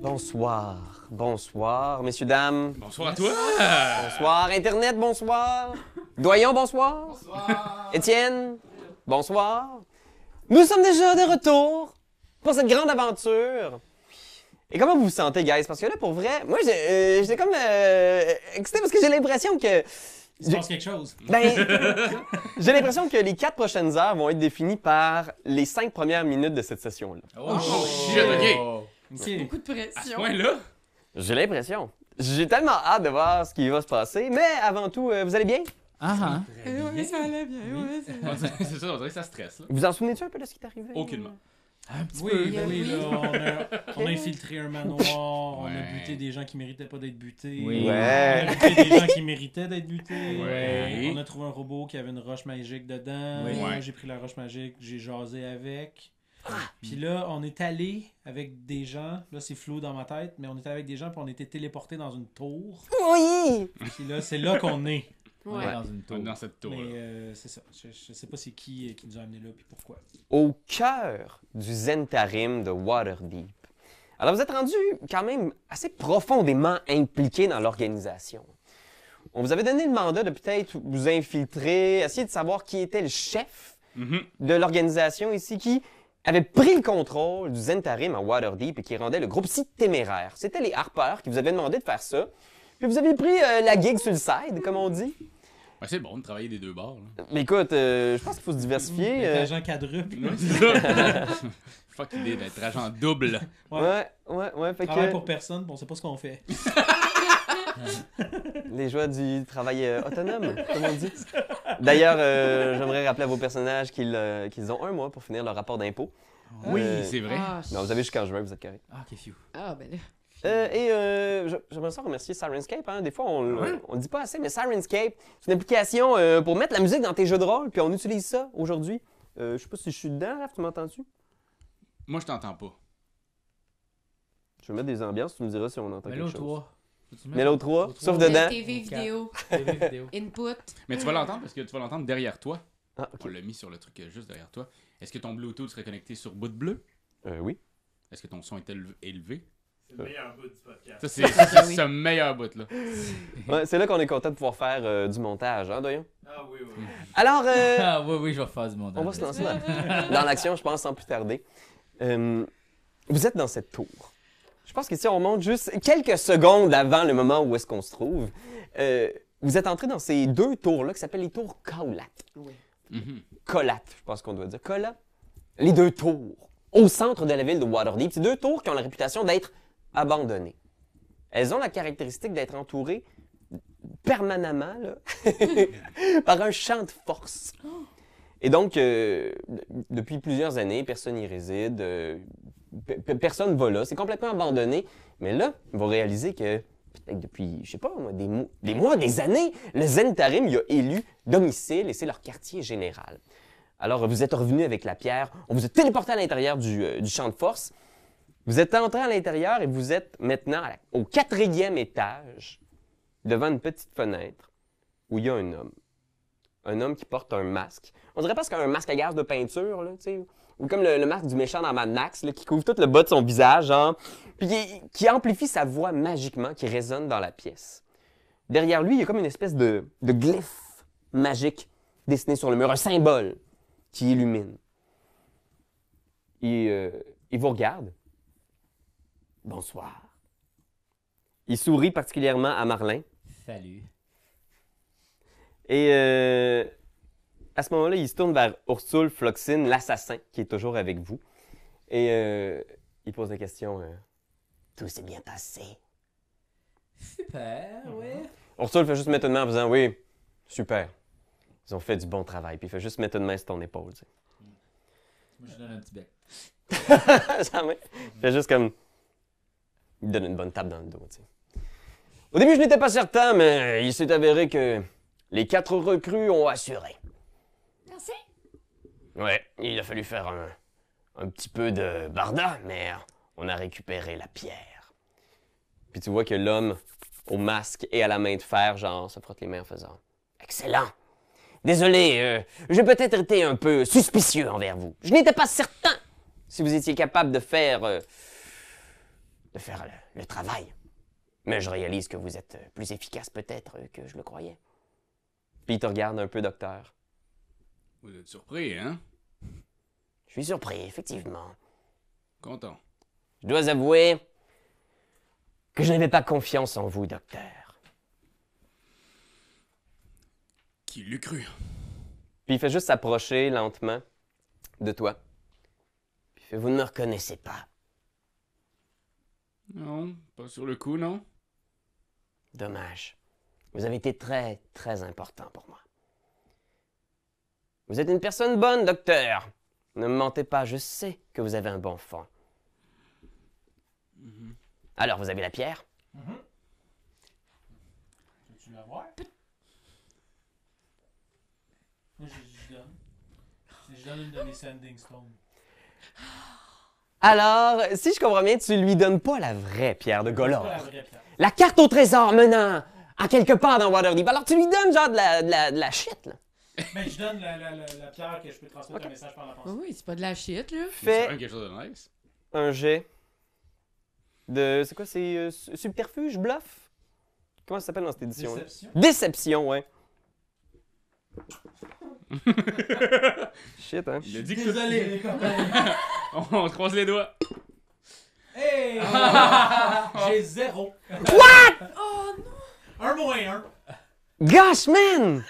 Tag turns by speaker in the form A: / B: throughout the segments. A: Bonsoir, bonsoir, messieurs, dames.
B: Bonsoir à toi!
A: Bonsoir, Internet, bonsoir. Doyon, bonsoir. Étienne, bonsoir. Nous sommes déjà de retour pour cette grande aventure. Et comment vous vous sentez, guys? Parce que là, pour vrai, moi, j'ai- euh, j'étais comme euh, excité parce que j'ai l'impression que...
B: Il se passe quelque chose.
A: Ben, j'ai l'impression que les quatre prochaines heures vont être définies par les cinq premières minutes de cette session-là.
B: Oh, shit, ok!
C: Beaucoup de
B: À ce
C: pression.
B: point-là,
A: J'ai l'impression. J'ai tellement hâte de voir ce qui va se passer. Mais avant tout, euh, vous allez bien?
D: Ah,
C: Eh ouais, ça allait bien. ouais, ça allait
B: on dirait- c'est ça, on dirait que ça stresse. Là.
A: Vous en souvenez-tu un peu de ce qui est arrivé?
B: Aucunement.
C: Oui, peu,
E: Oui,
C: ben oui.
E: oui, là, on, a, on a infiltré un manoir, on a
B: Ouais.
E: buté des gens qui méritaient pas d'être butés.
D: Oui.
E: On
A: Ouais.
E: a buté des gens qui méritaient d'être butés. Euh,
B: Ouais.
E: On a trouvé un robot qui avait une roche magique dedans.
D: Oui.
E: Moi,
B: Ouais.
E: j'ai pris la roche magique, j'ai jasé avec.
C: Ah!
E: Puis là, on est allé avec des gens. Là, c'est flou dans ma tête, mais on était avec des gens puis on était téléporté dans une tour.
A: Oui!
E: Puis là, c'est là qu'on est.
D: on est
E: Ah,
C: Ouais.
D: dans une
B: On
D: tour.
B: est dans cette tour.
E: Mais
B: là
E: euh, c'est ça. Je, je sais pas c'est qui euh, qui nous a amenés là puis pourquoi.
A: Au cœur du Zentarim de Waterdeep. Alors, vous êtes rendu quand même assez profondément impliqué dans l'organisation. On vous avait donné le mandat de peut-être vous infiltrer, essayer de savoir qui était le chef
B: Mhm.
A: de l'organisation ici qui avait pris le contrôle du Zentarim à Waterdeep et qui rendait le groupe si téméraire. C'était les Harpers qui vous avaient demandé de faire ça. Puis vous avez pris euh, la gig sur le side, comme on dit.
B: Ben, c'est bon de travailler des deux bords. Là.
A: Mais écoute, euh, je pense qu'il faut se diversifier. euh,
E: Agent Mmh. quadruple.
B: Ouais, c'est ça. Fuck l'idée d'être agent double.
E: Ouais.
A: Ouais, ouais, ouais. Fait
E: travaille
A: que
E: pour personne, puis on sait pas ce qu'on fait.
A: les joies du travail euh, autonome, comme on dit. D'ailleurs, euh, j'aimerais rappeler à vos personnages qu'ils euh, qu'ils ont un mois pour finir leur rapport d'impôt.
B: Oui,
A: Euh,
B: c'est vrai.
C: Ah,
A: Non, vous avez jusqu'en juin, vous êtes carré.
D: Ah, ok, fiu.
C: ah, ben là.
A: Euh, et euh, j'a- j'aimerais ça remercier Sirenscape. Hein. Des fois, on le on le dit pas assez, mais Sirenscape, c'est une application euh, pour mettre la musique dans tes jeux de rôle, puis on utilise ça aujourd'hui. Euh, je sais pas si je suis dedans, Raph, tu m'entends-tu?
B: Moi, je t'entends pas.
A: Je vais mettre des ambiances, tu me diras si on entend
D: Mais
A: quelque
D: l'autre
A: chose.
D: toi. Peux-tu mettre-
A: Mélo 3,
D: Mélo trois.
A: sauf dedans.
C: TV vidéo,
D: TV vidéo.
C: input.
B: Mais tu vas l'entendre parce que tu vas l'entendre derrière toi.
A: Ah,
B: On
A: ok.
B: l'a mis sur le truc euh, juste derrière toi. Est-ce que ton Bluetooth serait connecté sur bout de bleu?
A: Euh, oui.
B: Est-ce que ton son est élevé- élevé?
F: C'est le meilleur bout du podcast.
B: Ça, c'est ça, c'est
C: Oui.
B: ce meilleur bout là.
A: Ouais, c'est là qu'on est content de pouvoir faire euh, du montage, hein, Doyon?
F: Ah oui, oui.
A: Alors, euh,
D: Ah, oui, oui, je vais faire du montage.
A: on va se
C: Ah,
A: lancer dans, dans l'action, je pense, sans plus tarder. Euh, vous êtes dans cette tour. Je pense que si on monte juste quelques secondes avant le moment où est-ce qu'on se trouve, euh, vous êtes entré dans ces deux tours-là qui s'appellent les tours Kaulat.
B: Mhm.
A: Colat, je pense qu'on doit dire. Colat. Les deux tours, au centre de la ville de Waterdeep. C'est deux tours qui ont la réputation d'être abandonnées. Elles ont la caractéristique d'être entourées permanemment là, par un champ de force. Et donc, euh, de- depuis plusieurs années, personne n'y réside, euh, pe- pe- personne ne va là, c'est complètement abandonné. Mais là, vous réalisez que peut-être depuis, je sais pas, moi, des, mo- des mois, des années, le Zentarim y a élu domicile et c'est leur quartier général. Alors, vous êtes revenu avec la pierre, on vous a téléporté à l'intérieur du, euh, du champ de force. Vous êtes entré à l'intérieur et vous êtes maintenant à la- au quatrième étage, devant une petite fenêtre, où il y a un homme. Un homme qui porte un masque. On dirait presque un masque à gaz de peinture, là, tu sais. Ou comme le, le masque du méchant dans Mad Max, là, qui couvre tout le bas de son visage, genre. Puis qui, qui amplifie sa voix magiquement, qui résonne dans la pièce. Derrière lui, il y a comme une espèce de, de glyphe magique dessiné sur le mur, un symbole qui illumine. Et, euh, il vous regarde. Bonsoir. Il sourit particulièrement à Marlin.
D: Salut.
A: Et euh, à ce moment-là, il se tourne vers Ursule Floxine, l'assassin, qui est toujours avec vous. Et euh, il pose la question euh, Tout s'est bien passé
D: Super, ouais.
A: Ursule fait juste mettre une main en faisant Oui, super. Ils ont fait du bon travail. Puis il fait juste mettre une main sur ton épaule. tu sais.
D: Moi, je donne un petit bec.
A: Sa main. Il fait juste comme Il donne une bonne tape dans le dos. tu sais. Au début, je n'étais pas certain, mais il s'est avéré que les quatre recrues ont assuré.
C: Merci.
A: Ouais, il a fallu faire un, un petit peu de barda, mais on a récupéré la pierre. Puis tu vois que l'homme au masque et à la main de fer, genre, se frotte les mains en faisant Excellent! Désolé, euh, j'ai peut-être été un peu suspicieux envers vous. Je n'étais pas certain si vous étiez capable de faire euh, de faire le, le travail. Mais je réalise que vous êtes euh, plus efficace peut-être euh, que je le croyais. Puis il te regarde un peu, docteur.
B: Vous êtes surpris, hein?
A: Je suis surpris, effectivement.
B: Content.
A: Je dois avouer que je n'avais pas confiance en vous, docteur.
B: Qui l'eût cru?
A: Puis il fait juste s'approcher lentement de toi. Puis il fait, vous ne me reconnaissez pas.
B: Non, pas sur le coup, non?
A: Dommage. Vous avez été très, très important pour moi. Vous êtes une personne bonne, docteur. Ne me mentez pas, je sais que vous avez un bon fond. Alors, vous avez la pierre
E: Peux-tu la voir? Moi, je, je donne. Je donne une de mes Sending Stones.
A: Alors, si je comprends bien, tu lui donnes pas la vraie pierre de
E: C'est
A: Golor.
E: pas la vraie pierre.
A: La carte au trésor menant à quelque part dans Waterdeep. Alors, tu lui donnes genre de la, de la, de la shit, là.
E: Mais je donne la, la, la, la pierre que je peux transmettre un message par la pensée.
C: Ah Oui, c'est pas de la shit, là.
B: C'est
A: Fais
B: quand même quelque chose de nice.
A: un jet de. C'est quoi C'est euh, su- subterfuge, bluff Comment ça s'appelle dans cette édition là
E: Déception.
A: Déception, ouais. Shit, hein.
B: Il a
E: Je
B: dit que
E: suis
B: tout-
E: Désolé, les copains.
B: On croise les doigts.
E: Hey!
D: Ah.
E: J'ai zéro.
C: Oh non!
E: Un moins un.
A: Gosh, man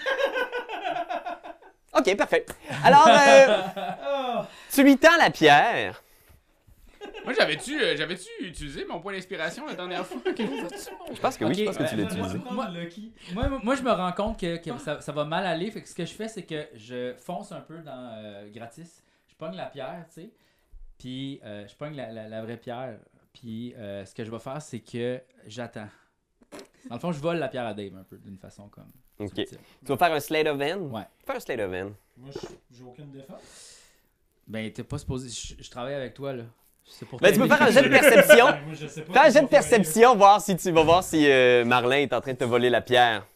A: Ok, parfait. Alors, euh,
E: Ah.
A: tu lui tends la pierre.
B: Moi, j'avais-tu euh, j'avais-tu utilisé mon point d'inspiration la dernière fois?
A: Je pense que oui,
D: Ok,
A: je pense que tu l'as
E: Ouais, je vais
A: utilisé.
E: prendre
D: Moi-
E: Lucky.
D: Moi, moi, je me rends compte que, que ça, ça va mal aller. Fait que ce que je fais, c'est que je fonce un peu dans euh, gratis. Je pogne la pierre, tu sais. Puis euh, je pogne la, la- la vraie pierre. Puis euh, ce que je vais faire, c'est que j'attends. Dans le fond, je vole la pierre à Dave un peu, d'une façon comme.
A: Ok.
D: subtile.
A: Tu vas faire un slate of hand
D: Ouais.
A: Fais un slate of hand.
E: Moi, je- j'ai aucune défense.
D: Ben, t'es pas supposé. Je, je travaille avec toi, là. C'est pour
A: Ben, tu peux
D: t'aider.
A: faire un jet de perception.
E: Ouais, moi, je sais pas.
A: Fais un jet de
E: Faut faire
A: perception, voir si tu vas voir si euh, Marlin est en train de te voler la pierre.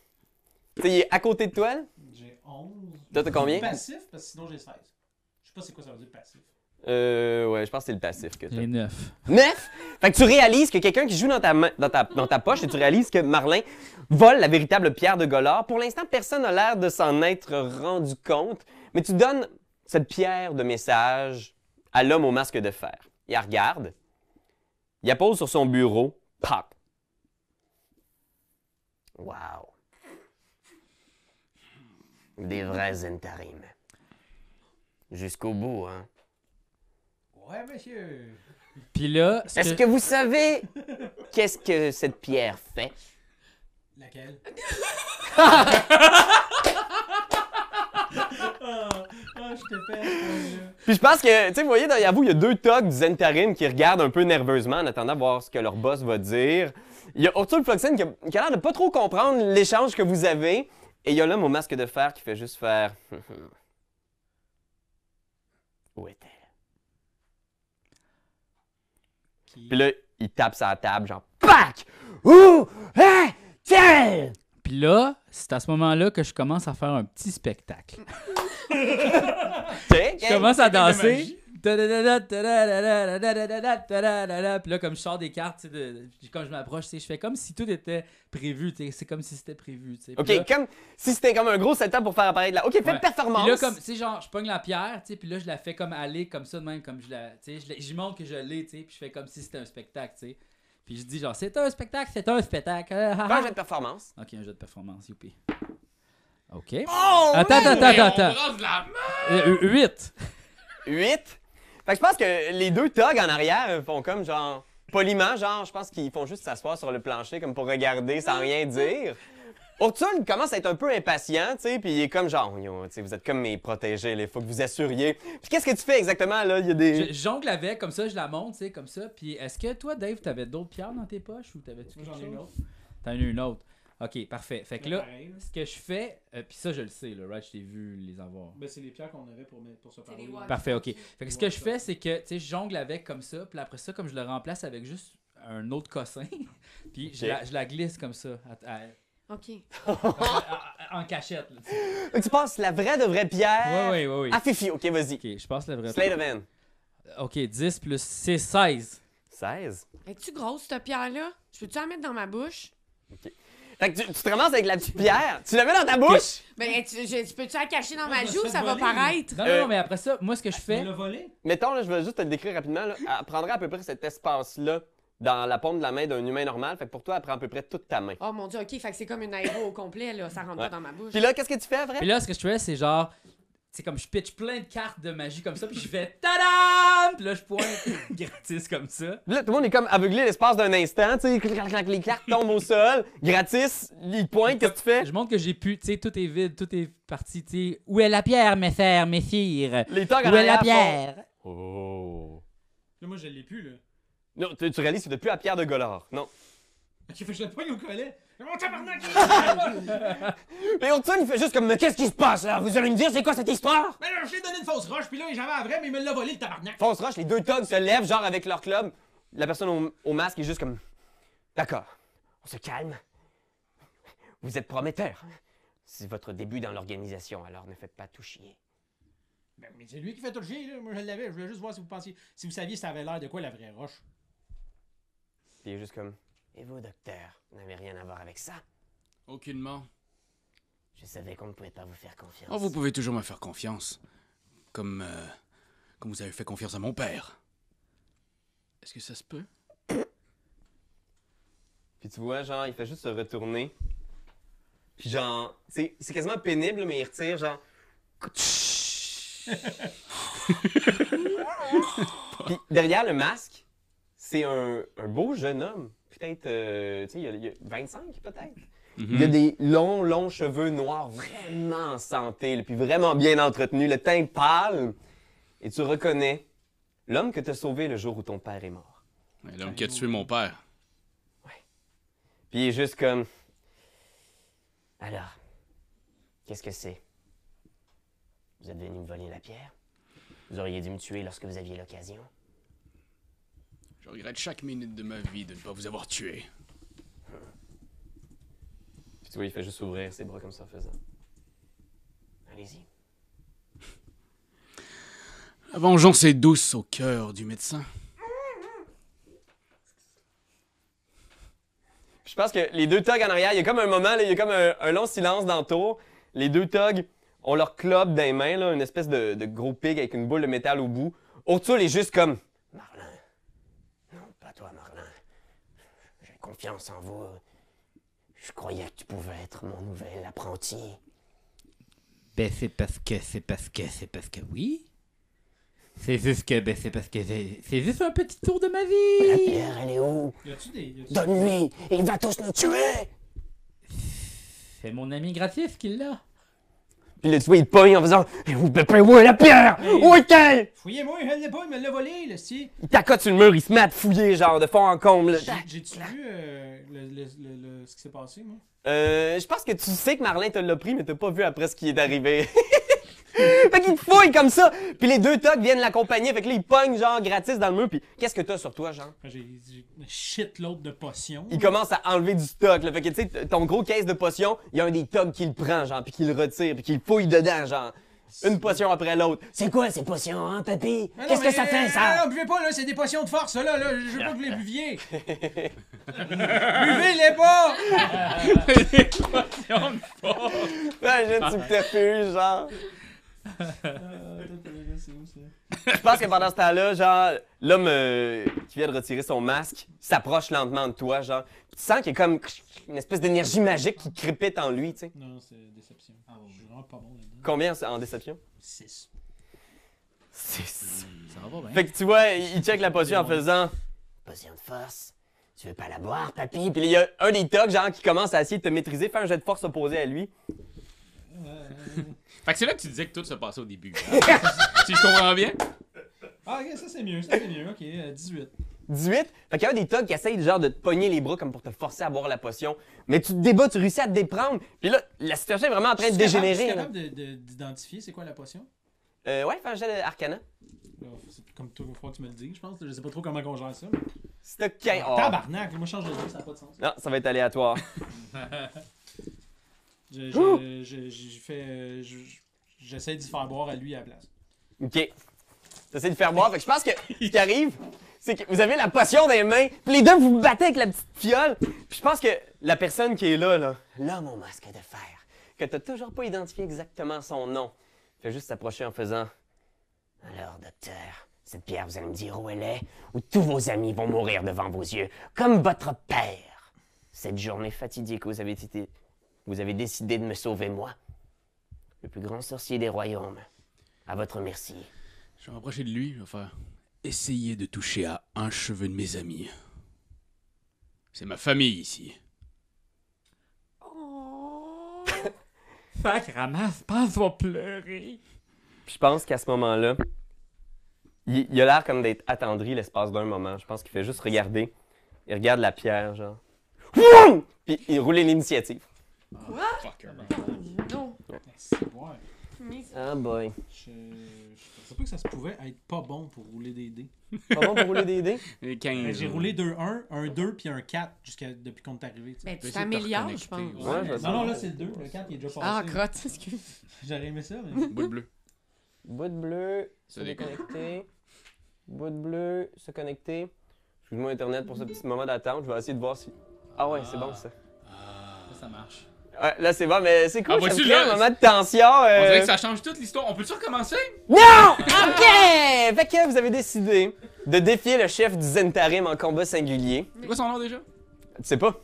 A: Tu sais, il est à côté de toi. là.
E: mieux. J'ai 11.
A: Toi, t'as combien?
E: Passif, parce que sinon j'ai 16. Je sais pas c'est quoi ça veut dire passif.
A: Euh, ouais, je pense que c'est le passif que t'as.
D: Les neuf.
A: Neuf! Fait que tu réalises que quelqu'un qui joue dans ta, main- dans, ta, dans ta poche et tu réalises que Marlin vole la véritable pierre de Golor. Pour l'instant, personne n'a l'air de s'en être rendu compte, mais tu donnes cette pierre de message à l'homme au masque de fer. Il la regarde, il la pose sur son bureau, pop. Wow. Des vrais Zentarim. Jusqu'au bout, hein.
E: Ouais, monsieur.
D: Puis là, ce
A: Est-ce que
D: que-
A: vous savez qu'est-ce que cette pierre fait?
E: Laquelle? Ah, je te perds.
A: Puis je pense que, tu sais, vous voyez derrière vous, il y a deux tocs du Zentarim qui regardent un peu nerveusement en attendant de voir ce que leur boss va dire. Il y a Arthur Floxen qui a, qui a l'air de pas trop comprendre l'échange que vous avez. Et il y a l'homme au masque de fer qui fait juste faire. Hum, hum. Où est-elle?
D: Qui-
A: Puis là, il tape sa table, genre PAC! Où est-elle?
D: Puis là, c'est à ce moment-là que je commence à faire un petit spectacle. Je commence à danser. Ta-da-da-da, ta-da-da-da, ta-da-da-da, ta-da-da-da. Puis là, comme je sors des cartes, tu sais, de- puis quand je m'approche, tu sais, je fais comme si tout était prévu. tu sais, C'est comme si c'était prévu. tu sais. Puis
A: Ok,
D: là-
A: comme si c'était comme un gros setup pour faire apparaître là. Ok, fais
D: Ouais.
A: performance.
D: Puis là, comme, tu sais, genre, je pogne la pierre, tu sais, puis là, je la fais comme aller, comme ça, de même, comme je la. Tu sais, je la- j'y montre que je l'ai, tu sais, puis je fais comme si c'était un spectacle, tu sais. Puis je dis, genre, c'est un spectacle, c'est un spectacle. ah, ah,
A: Fais
D: ah.
A: un jeu de performance.
D: Ok, un jeu de performance, youpi. Ok.
A: Oh!
D: Attends, attends,
B: Mais on
D: attends, attends.
B: brasse de la main!
D: 8.
A: 8. Fait que je pense que les deux togs en arrière euh, font comme genre poliment, genre je pense qu'ils font juste s'asseoir sur le plancher comme pour regarder sans rien dire. Ortul commence à être un peu impatient, tu sais, puis il est comme genre, Yo, tu sais, vous êtes comme mes protégés, il faut que vous assuriez. Puis qu'est-ce que tu fais exactement là Il y a des
D: Je je jongle avec, comme ça, je la monte, tu sais, comme ça. Puis est-ce que toi, Dave, t'avais d'autres pierres dans tes poches ou t'avais-tu
E: Moi,
D: quelque
E: j'en ai une
D: chose?
E: autre.
D: T'en as eu une autre. Ok, parfait. Fait que là,
E: Pareil, là.
D: ce que je fais, euh, puis ça, je le sais, là, right? Je t'ai vu les avoir.
E: Ben, c'est les pierres qu'on avait pour, mettre- pour se parler.
C: les watts.
D: Parfait, ok. Fait que ce que je
E: Ouais,
D: fais, c'est que, tu sais, je jongle avec comme ça. Puis après ça, comme je le remplace avec juste un autre cossin, puis je,
A: Ok.
D: la, je la glisse comme ça, à- à-
C: Ok.
D: à- en cachette. Là, tu sais.
A: tu passes la vraie de vraie pierre.
D: ouais, ouais, ouais, ouais.
A: À Fifi, OK, vas-y.
D: Ok, je passe la vraie.
A: Slade of Hand.
D: Ok, 10 plus 6, 16.
A: 16.
C: Es-tu grosse, cette pierre-là? Je peux-tu la mettre dans ma bouche?
A: Fait que tu, tu te ramasses avec la petite pierre, tu la mets dans ta bouche,
C: Ben, es-tu- je- tu peux-tu la cacher dans ma
E: je me
C: joue?
E: suis
C: Ça va
E: volé.
C: paraître.
D: Non,
A: Euh,
D: non, non, mais après ça, moi, ce que je fais.
E: Mais le volet?
A: Mettons, là, je vais juste te le décrire rapidement. Là. Elle prendrait à peu près cet espace-là dans la paume de la main d'un humain normal. Fait que pour toi, elle prend à peu près toute ta main.
C: Oh mon dieu, ok, fait que c'est comme une aéro au complet, là. Ça rentre
A: Ouais.
C: pas dans ma bouche.
A: Puis là, qu'est-ce que tu fais après?
D: Puis là, ce que je fais, c'est genre. C'est comme je pitch plein de cartes de magie comme ça, puis je fais tadam! Puis là, je pointe gratis comme ça.
A: Puis là, tout le monde est comme aveuglé l'espace d'un instant. Tu sais, clac, clac, clac, les cartes tombent au sol. Gratis, ils pointent. Qu'est-ce que tu fais?
D: Je montre que j'ai pu, tu sais, tout est vide, tout est parti, tu sais. Où est la pierre, mes frères, mes filles?
A: Les togs
D: Où
A: en
D: est la
A: arrière
D: pierre?
A: font- Oh.
E: Là, moi, je l'ai plus, là.
A: Non, tu, tu réalises que tu n'as plus la pierre de Golor. Non.
E: Ok, fait que je le poigne au collet. Mon tabarnak!
A: Mais Hudson, il fait juste comme, mais qu'est-ce qui se passe là? Vous allez me dire, c'est quoi cette histoire?
E: Mais là, je lui ai donné une fausse roche, puis là, j'avais la vraie, mais il me l'a volé, le tabarnak!
A: Fonce roche, les deux togs se lèvent, genre avec leur club. La personne au, au masque est juste comme, d'accord, on se calme. Vous êtes prometteur. C'est votre début dans l'organisation, alors ne faites pas tout chier.
E: Ben, mais c'est lui qui fait tout le chien, là. Moi, je l'avais. Je voulais juste voir si vous pensiez. Si vous saviez, ça avait l'air de quoi, la vraie roche.
A: Puis il est juste comme, et vous, docteur, vous n'avez rien à voir avec ça?
B: Aucunement.
A: Je savais qu'on ne pouvait pas vous faire confiance.
B: Oh, vous pouvez toujours me faire confiance. Comme. euh, comme vous avez fait confiance à mon père. Est-ce que ça se peut?
A: Puis tu vois, genre, il fait juste se retourner. Puis genre, c'est c'est quasiment pénible, mais il retire, genre. Puis derrière le masque, c'est un, un beau jeune homme. Peut-être, euh, tu sais, il y a- il y, a 25 peut-être. Il a des longs, longs cheveux noirs, vraiment en santé, là, puis vraiment bien entretenu, le teint pâle. Et tu reconnais l'homme que t'as sauvé le jour où ton père est mort.
B: Ouais, L'homme qui a tué mon père.
A: Puis il est juste comme. Alors, qu'est-ce que c'est? Vous êtes venu me voler la pierre? Vous auriez dû me tuer lorsque vous aviez l'occasion.
B: Je regrette chaque minute de ma vie de ne pas vous avoir tué.
A: Puis tu vois, il fait juste ouvrir ses bras comme ça en faisant. Allez-y.
B: La vengeance est douce au cœur du médecin.
A: Je pense que les deux togs en arrière, il y a comme un moment, là, il y a comme un, un long silence dans le tour. Les deux togs ont leur club dans les mains, là, une espèce de, de gros pig avec une boule de métal au bout. O'Toole est juste comme Marlin. Non, pas toi, Marlin. J'ai confiance en vous. Je croyais que tu pouvais être mon nouvel apprenti.
G: Ben c'est parce que c'est parce que c'est parce que oui. C'est juste que ben c'est parce que j'ai- c'est juste un petit tour de ma
A: La
G: vie.
A: pierre, elle est où?
E: Y a-tu des. y a-tu-
A: Donne-lui! Il va tous nous tuer!
D: C'est mon ami gratis qui l'a.
A: Puis là, tu vois, il te pogne en faisant Eh, Vous pépez, où est la pierre? Où est-elle?
E: Fouillez-moi, je l'ai pas, il me l'a volé, le style.
A: Il t'accote sur le mur, il se met à te fouiller, genre, de fond en comble. là.
E: J'ai- J'ai-tu
A: bah.
E: vu euh, le, le, le- le- ce qui s'est passé, moi?
A: Euh, je pense que tu sais que Marlin te l'a pris, mais t'as pas vu après ce qui est arrivé. fait qu'il te fouille comme ça, puis les deux tocs viennent l'accompagner, fait que là, ils pognent genre gratis dans le mur, puis qu'est-ce que t'as sur toi, genre?
E: Enfin, J'ai j'ai une shitload de potions.
A: Il commence à enlever du stock, là, fait que tu sais, t- ton gros caisse de potions, il y a un des tocs qui le prend, genre, puis qui le retire, puis qui le fouille dedans, genre. Une potion après l'autre. C'est quoi ces potions, hein, papy?
E: Ah non,
A: Qu'est-ce que
E: mais,
A: ça
E: euh,
A: fait,
E: Ah
A: ça?
E: non, buvez pas, là, c'est des potions de force, là, là. Je veux pas que vous les buviez. Buvez-les pas!
A: Ouais, j'ai un petit subterfuge, genre.
E: Moi,
A: Je pense que pendant ce temps-là, genre, l'homme euh, qui vient de retirer son masque s'approche lentement de toi, genre. Puis tu sens qu'il y a comme une espèce d'énergie magique qui crépite en lui, tu sais.
E: Non, c'est déception.
A: Ah,
E: Je suis vraiment pas bon là-dedans.
A: Combien en- en déception?
E: 6.
A: Six.
D: Ça va bien.
A: Mm. Fait que tu vois, il il check la potion en faisant... Potion de force? Tu veux pas la boire, papy? Puis il y a un des tocs, genre, qui commence à essayer de te maîtriser, faire un jet de force opposé à lui.
B: Fait que c'est là que tu disais que tout se passait au début. hein? si je comprends bien.
E: Ah, ok, ça c'est mieux, ça c'est mieux. Ok, euh, 18.
A: 18. Fait qu'il y a un des togs qui essaye genre de te pogner les bras comme pour te forcer à boire la potion. Mais tu te débats, tu réussis à te déprendre. Puis là, la situation est vraiment en train de
E: Je suis capable-
A: dégénérer.
E: Je suis
A: là.
E: capable de- de- d'identifier c'est quoi la potion.
A: Euh, ouais, fais un jet de arcana.
E: Là, C'est comme toi, il faut que tu me le dis, je pense. Je sais pas trop comment on gère ça. mais-
A: Si t'as 15. oh.
E: Tabarnak, moi je change de jeu, ça n'a pas de sens.
A: Non, Ah, ça va être aléatoire.
E: Je, je, je, je fais. euh, je- je- J'essaie d'y faire boire à lui à la place.
A: OK. T'essaies de faire boire. Fait que je pense que ce qui arrive, c'est que vous avez la potion dans les mains, puis les deux vous vous battez avec la petite fiole. Puis je pense que la personne qui est là, là, l'homme au masque de fer, que t'as toujours pas identifié exactement son nom, fait juste s'approcher en faisant Alors, docteur, cette pierre, vous allez me dire où elle est, où tous vos amis vont mourir devant vos yeux, comme votre père. Cette journée fatidique où vous avez été. Vous avez décidé de me sauver, moi, le plus grand sorcier des royaumes. À votre merci.
H: Je vais m'approcher de lui, je vais faire. Essayez de toucher à un cheveu de mes amis. C'est ma famille ici.
C: Oh.
D: Sacrement, je pense qu'on va pleurer.
A: Puis je pense qu'à ce moment-là, il, il a l'air comme d'être attendri l'espace d'un moment. Je pense qu'il fait juste regarder. Il regarde la pierre, genre. Wouh! Puis il roule l'initiative.
H: Fucker.
C: Oh Non.
E: Ben, C'est- ouais.
C: Mais c'est-
A: Ah boy.
E: Je, je pensais pas que ça se pouvait être pas bon pour rouler des dés.
A: Pas bon pour rouler des dés?
H: Et
A: Mm-hmm.
H: 15,
E: Ben, J'ai
H: ouais.
E: roulé 2-1, 1 2 puis un 4 jusqu'à depuis qu'on est arrivé. tu sais.
C: Ben,
H: Je vais
C: tu
H: essayer de te
C: t'améliores, je
H: reconnecter,
C: pense.
H: ouais.
A: Ouais, je vais
E: Non, non, là c'est le 2, le 4 il est déjà
C: Ah,
E: passé.
C: crotte, excuse.
E: J'aurais aimé ça, mais.
H: Bout de bleu.
A: Bout de bleu,
H: Se
A: se
H: déconnecter.
A: déconnecter. Bout de bleu, se connecter. Excuse-moi Internet pour ce petit moment d'attente. Je vais essayer de voir si... Ah ouais, c'est bon ça.
I: Ça, ça marche.
A: Ouais, là c'est bon, mais c'est cool.
H: Ah,
A: ça me
H: vois-tu,
A: crée
H: là,
A: un moment de tension.
H: On
A: euh.
H: dirait que ça change toute l'histoire. On peut-tu recommencer?
A: Non! OK! Fait que vous avez décidé de défier le chef du Zentarim en combat singulier.
H: C'est quoi son nom déjà?
A: Tu sais pas.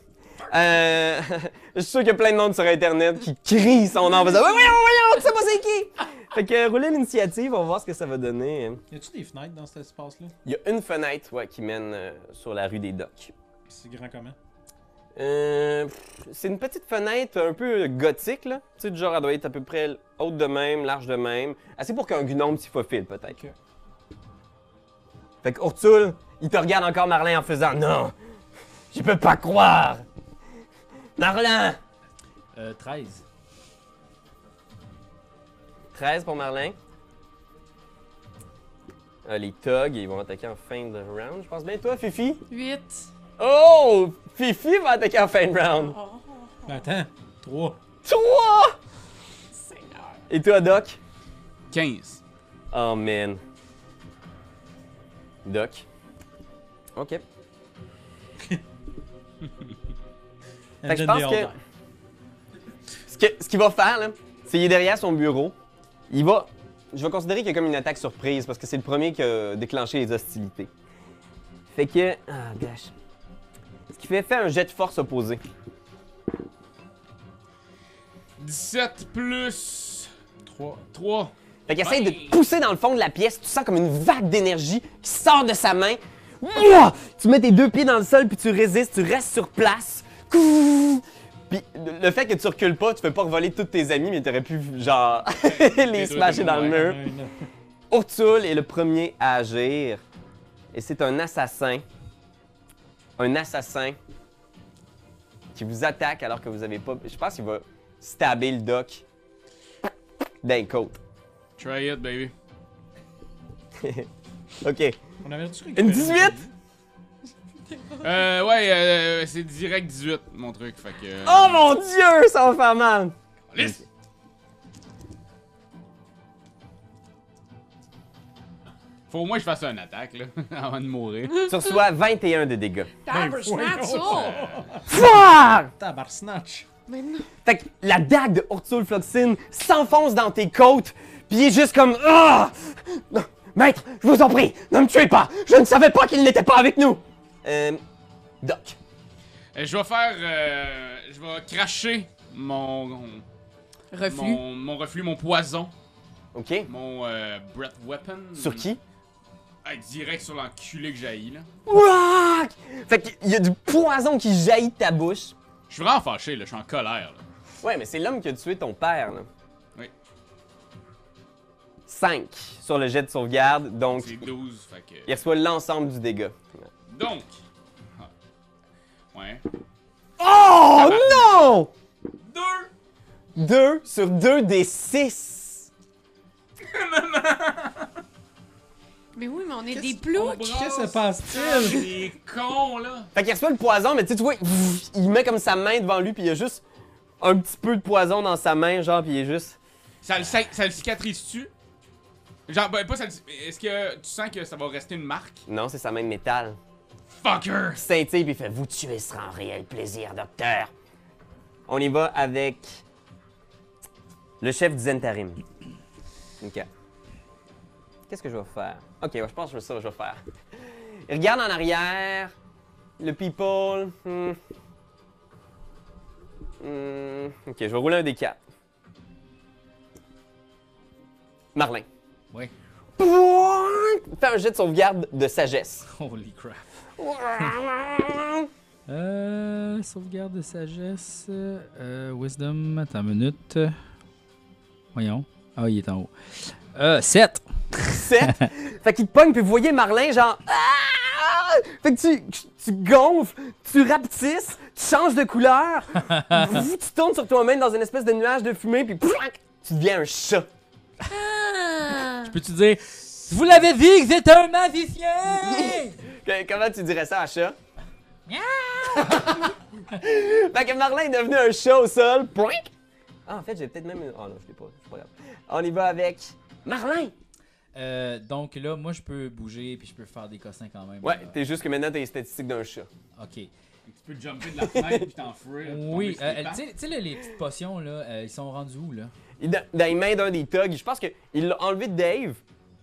A: Euh, je suis sûr qu'il y a plein de monde sur Internet qui crie son nom en faisant « Voyons, voyons, tu sais pas c'est qui! » Fait que euh, roulez l'initiative, on va voir ce que ça va donner.
E: Y a-tu des fenêtres dans cet espace-là
A: Il y a une fenêtre ouais, qui mène euh, sur la rue des Docks.
E: C'est grand comment
A: Euh, pff, c'est une petite fenêtre un peu gothique, là. Tu sais, du genre, elle doit être à peu près haute de même, large de même. Assez pour qu'un gnome s'y faufile, peut-être.
E: Ok.
A: Fait que Urtul, il te regarde encore, Marlin, en faisant Non, je peux pas croire. Marlin
I: Euh, 13.
A: 13 pour Marlin. Ah, les Togs, ils vont attaquer en fin de round, je pense bien. Toi, Fifi
C: 8.
A: Oh Fifi va attaquer en fin de round.
C: Oh,
A: Ah.
E: Ben attends, 3.
A: 3
C: Seigneur.
A: Et toi, Doc
H: 15.
A: Oh man. Doc. Ok. Fait que je pense que. Ce que- ce qu'il va faire, là, c'est qu'il est derrière son bureau. Il va. Je vais considérer qu'il y a comme une attaque surprise parce que c'est le premier qui a déclenché les hostilités. Fait que. Ah, gosh. Ce qui fait, fait un jet de force opposé.
H: 17 plus
E: 3.
H: 3.
A: Fait qu'il essaie de te pousser dans le fond de la pièce. Tu sens comme une vague d'énergie qui sort de sa main. Ouah! Tu mets tes deux pieds dans le sol, puis tu résistes, tu restes sur place. Couh! Puis le- le fait que tu recules pas, tu peux pas revoler tous tes amis, mais t'aurais pu, genre, les
H: deux
A: smasher
H: comme
A: dans le
H: moi,
A: mur. Urtul est le premier à agir. Et c'est un assassin. Un assassin qui vous attaque alors que vous avez pas. Je pense qu'il va stabber le doc d'un côte.
H: Try it, baby.
A: OK.
E: On avait tu
A: Une 18?
H: Euh, ouais, euh, c'est direct 18, mon truc. Fait que. euh,
A: Oh mon dieu, ça va faire mal!
H: Liste! Faut au moins que je fasse une attaque, là, avant de mourir.
A: Tu reçois 21 de dégâts.
C: Tabarnak, ça!
A: Fuck!
E: Tabar snatch.
C: Mais non.
A: Fait que la dague de Urtul Floxine s'enfonce dans tes côtes, puis il est juste comme Ah! Non, Maître, je vous en prie, ne me tuez pas! Je ne savais pas qu'il n'était pas avec nous! Euh. Doc.
H: Euh, Je vais faire. euh, je vais cracher mon.
C: Reflux.
H: Mon, mon reflux, mon poison,
A: OK.
H: mon euh, breath weapon.
A: Sur qui?
H: Ah, direct sur l'enculé que j'ai là.
A: Fuck! Fait qu'il y a du poison qui jaillit de ta bouche.
H: Je suis vraiment fâché, là, je suis en colère, là.
A: Ouais, mais c'est l'homme qui a tué ton père, là.
H: Oui.
A: 5 sur le jet de sauvegarde, donc
H: C'est 12, fait que.
A: il reçoit l'ensemble du dégât.
H: Donc. Ah. Ouais.
A: Oh non!
H: Deux!
A: 2 sur 2 des 6.
C: Mais oui, mais on est des ploucs.
E: Qu'est-ce qui se passe-t-il
H: C'est Ah, con, là!
A: Fait qu'il reçoit le poison, mais tu sais, tu vois, pff, il met comme sa main devant lui, puis il y a juste un petit peu de poison dans sa main, genre, puis il est juste.
H: Ça, le- ça, ça le cicatrise-tu? Genre, ben, pas ça. Est-ce que tu sens que ça va rester une marque?
A: Non, c'est sa main de métal.
H: Fucker!
A: Scintille, puis il fait Vous tuer sera un réel plaisir, docteur. On y va avec le chef du Zentarim. Ok. Qu'est-ce que je vais faire Ok, ouais, je pense que c'est ça que je vais faire. Il regarde en arrière. Le people. hmm. Hmm, Ok, je vais rouler un des quatre. Marlin.
D: Oui.
A: Fais un jet de sauvegarde de sagesse.
D: Holy crap. Euh, sauvegarde de sagesse. euh, wisdom. Attends une minute. Voyons. Ah, il est en haut. Euh, 7.
A: 7. fait qu'il te pogne, puis vous voyez Marlin, genre. Ah! Fait que tu, tu gonfles, tu rapetisses, tu changes de couleur, Vous, tu tournes sur toi-même dans une espèce de nuage de fumée, puis pouac, tu deviens un chat.
C: Ah!
D: Peux-tu dire Vous l'avez dit que c'est un magicien
A: Que- Comment tu dirais ça à un chat? fait que Marlin est devenu un chat au sol. Pouac. Ah, en fait, j'ai peut-être même. une- Oh non, je l'ai pas. C'est pas grave. On y va avec Marlin.
D: euh, Donc là, moi, je peux bouger puis je peux faire des cossins quand même.
A: Ouais,
D: là.
A: t'es juste que maintenant t'as les statistiques d'un chat.
D: Ok.
B: Tu peux jumper de la fenêtre puis t'enfuir.
D: Oui, euh, elle- tu sais- tu sais, là, les petites potions, là, euh, ils sont rendus où, là?
A: Il- Dans, dans les mains d'un des thugs, je pense qu'il l'a enlevé de Dave,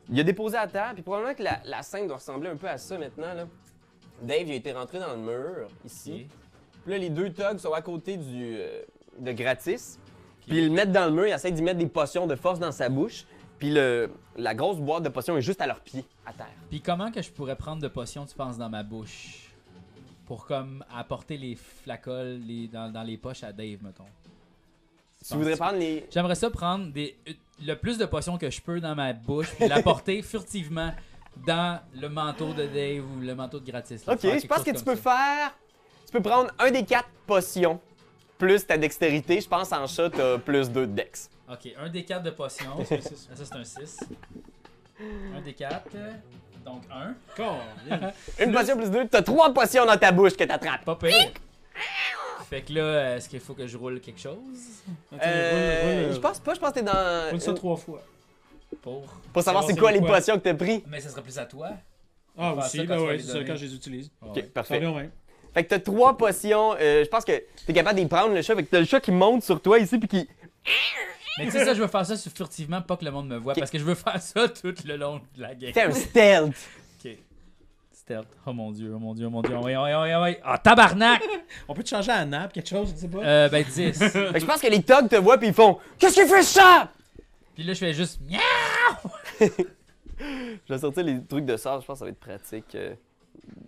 A: il l'a déposé à terre, puis probablement que la, la scène doit ressembler un peu à ça maintenant. Là. Dave, il a été rentré dans le mur, ici. Puis là, les deux thugs sont à côté du, euh, de Gratis, puis ils le mettent dans le mur, ils essaient d'y mettre des potions de force dans sa bouche, puis le, la grosse boîte de potions est juste à leurs pieds, à terre.
D: Puis comment que je pourrais prendre de potions, tu penses, dans ma bouche? Pour comme apporter les flacoles les- dans, dans les poches à Dave, mettons.
A: Si vous voudrez prendre les...
D: J'aimerais ça prendre des, le plus de potions que je peux dans ma bouche puis l'apporter furtivement dans le manteau de Dave ou le manteau de gratis. là,
A: Ok,
D: faire
A: je
D: quelque
A: pense
D: chose
A: que tu
D: comme
A: peux
D: ça.
A: faire... Tu peux prendre un des quatre potions, plus ta dextérité. Je pense en chat, t'as plus deux de dex.
D: Ok, un des quatre de potions. ça, c'est un 6. Un des quatre, euh, donc un.
A: Une potion plus deux, t'as trois potions dans ta bouche que t'attrapes.
D: Pas pire. Fait que là, est-ce qu'il faut que je roule quelque chose
A: Euh, je pense pas, je pense que t'es dans.
E: Roule ça trois fois.
D: pour.
A: Pour savoir c'est quoi les
E: quoi.
A: potions que t'as pris.
D: Mais ça sera plus à toi.
E: Ah,
D: Faire ça
E: aussi,
D: quand tu
E: ben
D: vas
E: ouais,
D: les
E: c'est ça,
D: donner.
E: quand je les utilise.
A: Ok,
E: Ça
A: parfait.
E: revient au même.
A: Fait que t'as trois potions. euh, je pense que t'es capable d'y prendre le chat. Fait que t'as le chat qui monte sur toi ici puis qui.
D: Mais tu sais ça, je veux faire ça sur- furtivement, pas que le monde me voit, parce que je veux faire ça tout le long de la game.
A: T'es un stealth.
D: Stealth. Oh mon dieu, oh mon dieu, oh mon dieu. Oh, oui, oh, oui, oh, oui. Ah, tabarnak!
E: On peut te changer à nappe, quelque chose, je sais pas.
D: Euh, ben 10.
A: fait que je pense que les thugs te voient puis ils font Qu'est-ce qu'il fait ça
D: Puis là, je fais juste. miaou.
A: Je vais sortir les trucs de sort. Je pense que ça va être pratique. euh,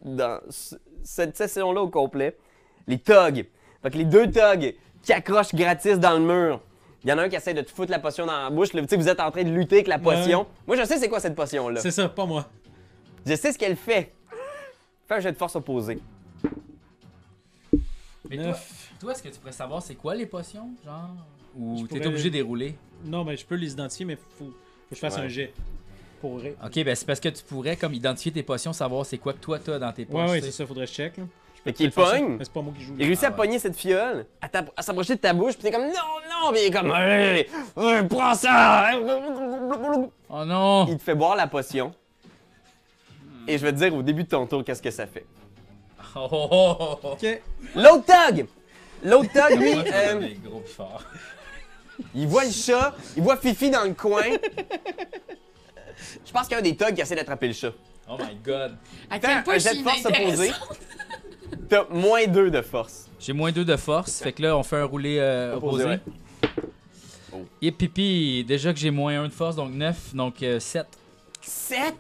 A: dans ce- cette session-là au complet. Les thugs. Fait que les deux thugs qui accrochent gratis dans le mur. Il y en a un qui essaie de te foutre la potion dans la bouche. Là, tu sais, vous êtes en train de lutter avec la potion. Moi, je sais c'est quoi cette potion-là.
E: C'est ça, pas moi.
A: Je sais ce qu'elle fait. Fais un jet de force opposée.
D: Mais toi,
E: Neuf.
D: toi est-ce que tu pourrais savoir c'est quoi les potions, genre Ou
E: Je
D: t'es
E: pourrais-
D: obligé de dérouler
E: Non, mais je peux les identifier, mais faut, faut que je fasse
A: Ouais.
E: un jet. Pour vrai.
D: Ok, ben c'est parce que tu pourrais comme identifier tes potions, savoir c'est quoi que toi t'as dans tes poches.
E: Ouais, ouais,
D: tu
E: c'est
D: sais.
E: ça, faudrait que je check. Là.
A: Fait qu'il
E: Faut que je fasse ça,
A: pogne.
E: Mais c'est pas moi qui joue.
A: Il réussit à
D: Ah ouais.
A: pogner cette fiole, à, t'app- à s'approcher de ta bouche, puis t'es comme non, non, puis il est comme Hey, hey, prends ça.
D: Oh non
A: Il te fait boire la potion. Et je vais te dire au début de ton tour qu'est-ce que ça fait.
D: Oh, oh, oh, oh.
E: Ok.
A: L'autre thug! L'autre thug, lui,
D: Moi, je me
A: euh,
D: donne des gros pifards.
A: il voit le chat, il voit Fifi dans le coin. Je pense qu'il y a un des thugs qui essaie d'attraper le chat.
D: Oh my god.
C: À
A: Fais
C: quel point
A: un
C: je
A: jet de
C: suis
A: force opposée.
C: inintéressante.
A: T'as moins deux de force.
D: J'ai moins 2 de force, fait que là on fait un roulé euh,
A: Opposé,
D: opposé.
A: ouais.
D: Et pipi, déjà que j'ai moins 1 de force, donc 9, donc euh, 7.
A: 7!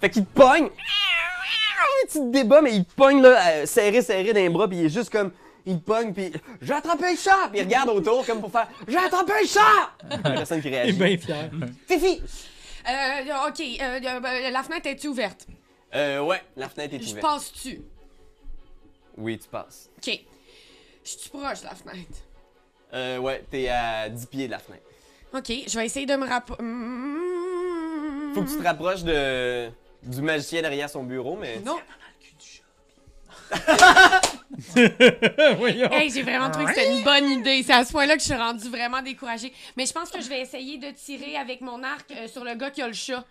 A: Fait qu'il te pogne. Tu te débats, mais il te pogne là, euh, serré, serré dans les bras, puis il est juste comme. Il te pogne, puis. J'ai attrapé le chat! Puis il regarde autour comme pour faire. J'ai attrapé le chat! Il y a personne qui
E: Il est
A: réagit.
E: bien fier.
A: Fifi!
C: Euh, ok, euh, euh, ben, la fenêtre est ouverte?
A: Euh, ouais, la fenêtre est
C: Je
A: ouverte.
C: passe dessus.
A: Oui, tu passes.
C: Ok. Je suis proche de la fenêtre.
A: Euh, ouais, t'es à 10 pieds de la fenêtre.
C: Ok, je vais essayer de me Hmm. rapprocher.
A: Faut que tu te rapproches de. du magicien derrière son bureau, mais.
C: Non.
E: Voyons.
C: Hey, j'ai vraiment trouvé que c'était une bonne idée. C'est à ce point-là que je suis rendue vraiment découragée. Mais je pense que je vais essayer de tirer avec mon arc euh, sur le gars qui a le chat,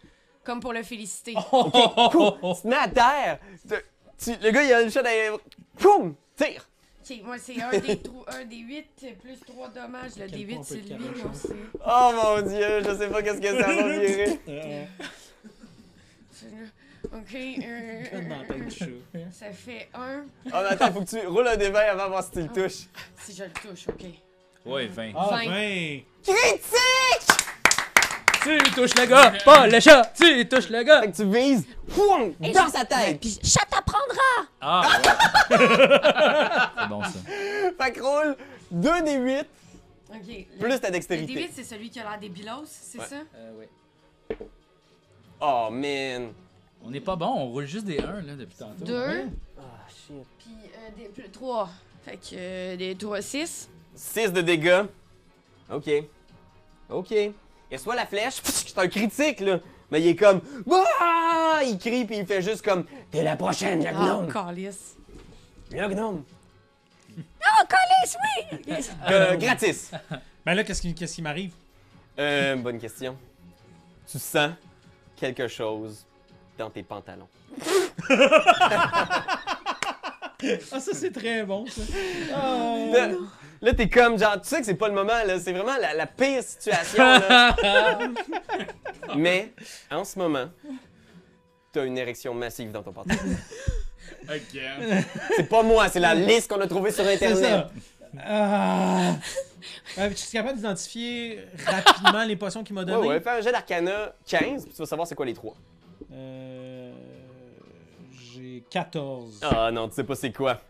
C: comme pour le féliciter.
A: Oh. Poum! Tu te mets à terre! Tu- tu- le gars, il a le chat dans les- Poum! Tire!
C: Ok, moi, c'est un des, trou- un des 8 plus 3 dommages. Le
E: Quel point
C: D8,
E: on
C: c'est
E: peut
C: lui,
E: le
C: moi aussi.
A: Oh mon dieu, je sais pas qu'est-ce que ça va virer.
E: Euh,
C: Ok, euh,
E: dans la tête du chat.
C: ça fait 1
A: Oh, mais attends, faut que tu roules un des 20 avant de voir si tu le touches.
C: si je le touche, ok.
B: Ouais, 20.
E: Ah,
C: Vingt.
E: ben!
A: Critique!
D: Ah, Tu touches le gars, pas le chat! Tu touches le gars!
A: Fait que tu vises, poum! Dans sa
C: Ouais,
A: tête!
C: Puis je- chat t'apprendra!
D: Ah! C'est bon ça.
A: Fait que roule 2 des 8
C: Ok. le-
A: plus ta
C: le D8,
A: dextérité.
C: c'est celui qui a l'air débilos, c'est
A: Ouais.
H: Euh,
C: ça?
A: Oh man!
D: On n'est pas bon, on roule juste des 1 là depuis tantôt.
C: 2,
A: Ah shit.
C: puis euh, 3. Fait que euh, des 3, 6.
A: 6 de dégâts. Ok. Ok. Et soit la flèche, pff, c'est un critique là. Mais il est comme. Ah! Il crie puis il fait juste comme. T'es la prochaine, le
C: Ah,
A: gnome!
C: calice.
A: Le gnome!
C: Ah,
E: Ah,
A: Non, collé, oui! Euh, gratis!
E: Ben là, qu'est-ce qui, qu'est-ce qui m'arrive?
A: Euh, bonne question. Tu sens quelque chose dans tes pantalons.
E: Ah, ça, c'est très bon, ça. Euh,
A: Là, là, t'es comme, genre, tu sais que c'est pas le moment, là. C'est vraiment la, la pire situation, là. Mais, en ce moment, t'as une érection massive dans ton pantalon.
H: Again.
A: C'est pas moi, c'est la liste qu'on a trouvée sur
E: C'est
A: Internet.
E: ça. Ah. Ouais, mais je suis capable d'identifier rapidement les potions qu'il m'a
A: Ouais,
E: données.
A: ouais, fais un jet d'arcana 15, puis tu vas savoir c'est quoi les trois.
E: Euh, J'ai 14.
A: Ah non, tu sais pas c'est quoi.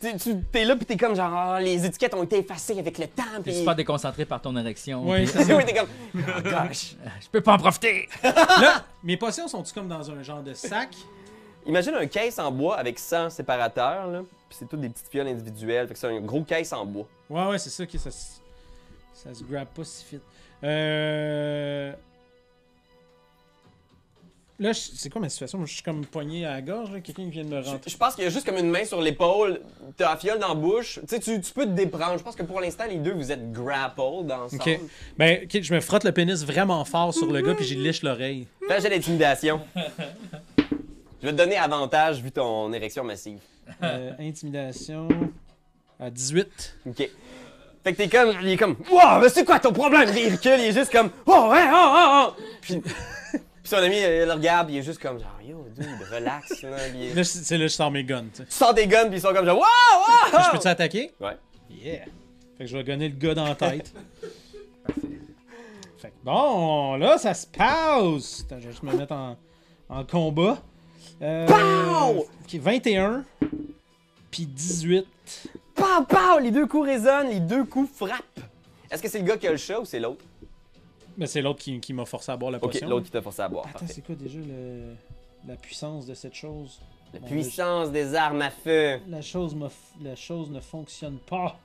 A: Tu, tu- t'es là, puis t'es comme, genre, Ah, les étiquettes ont été effacées avec le temps,
D: T'es
A: puis...
D: super déconcentré par ton érection.
E: Ouais,
D: puis-
E: c'est ça.
A: Oui, t'es comme, oh gosh.
D: Je peux pas en profiter!
E: Là, mes potions sont-tu comme dans un genre de sac?
A: Imagine un caisse en bois avec 100 séparateurs, là. Puis c'est toutes des petites fioles individuelles. Fait que c'est un gros caisse en bois.
E: Ouais, ouais, c'est ça que ça, se- ça se grab pas si vite. Euh... Là, je- c'est quoi ma situation? Moi, Je suis comme poigné à la gorge, là. quelqu'un vient de me rentrer.
A: Je, je pense qu'il y a juste comme une main sur l'épaule, t'as la fiole dans la bouche. Tu sais, tu, tu peux te déprendre. Je pense que pour l'instant, les deux, vous êtes grappled ensemble.
E: Ok. Ben, ok, je me frotte le pénis vraiment fort sur le gars, puis j'y liche l'oreille.
A: Fais un jet d'intimidation. Je vais te donner avantage vu ton érection massive.
E: Euh, intimidation à 18.
A: OK. Fait que t'es comme, il est comme, wow, mais c'est quoi ton problème? Il recule, il est juste comme, oh, hein, oh, oh, oh. Puis, puis son ami, il le regarde, puis il est juste comme, genre, yo, dude, relax, là. Puis il-
E: Là, c'est c'est là je sors mes guns. tu sais.
A: Tu sors des guns, puis ils sont comme, genre, wow, wow!
E: Je peux-tu attaquer?
A: Ouais.
E: Yeah. Fait que je vais gunner le gars dans la tête. fait que bon, là, ça se passe. Attends, je vais juste me mettre en, en combat. Euh,
A: Pow!
E: ok, 21, puis 18.
A: Pow, pow! Les deux coups résonnent, les deux coups frappent. Est-ce que c'est le gars qui a le chat ou c'est l'autre?
E: Mais c'est l'autre qui, qui m'a forcé à boire la
A: Ok,
E: potion.
A: l'autre qui t'a forcé à boire.
E: Attends,
A: parfait.
E: c'est quoi déjà le- la puissance de cette chose?
A: La
E: Mon
A: puissance des armes à feu.
E: La chose, m'a f- la chose ne fonctionne pas.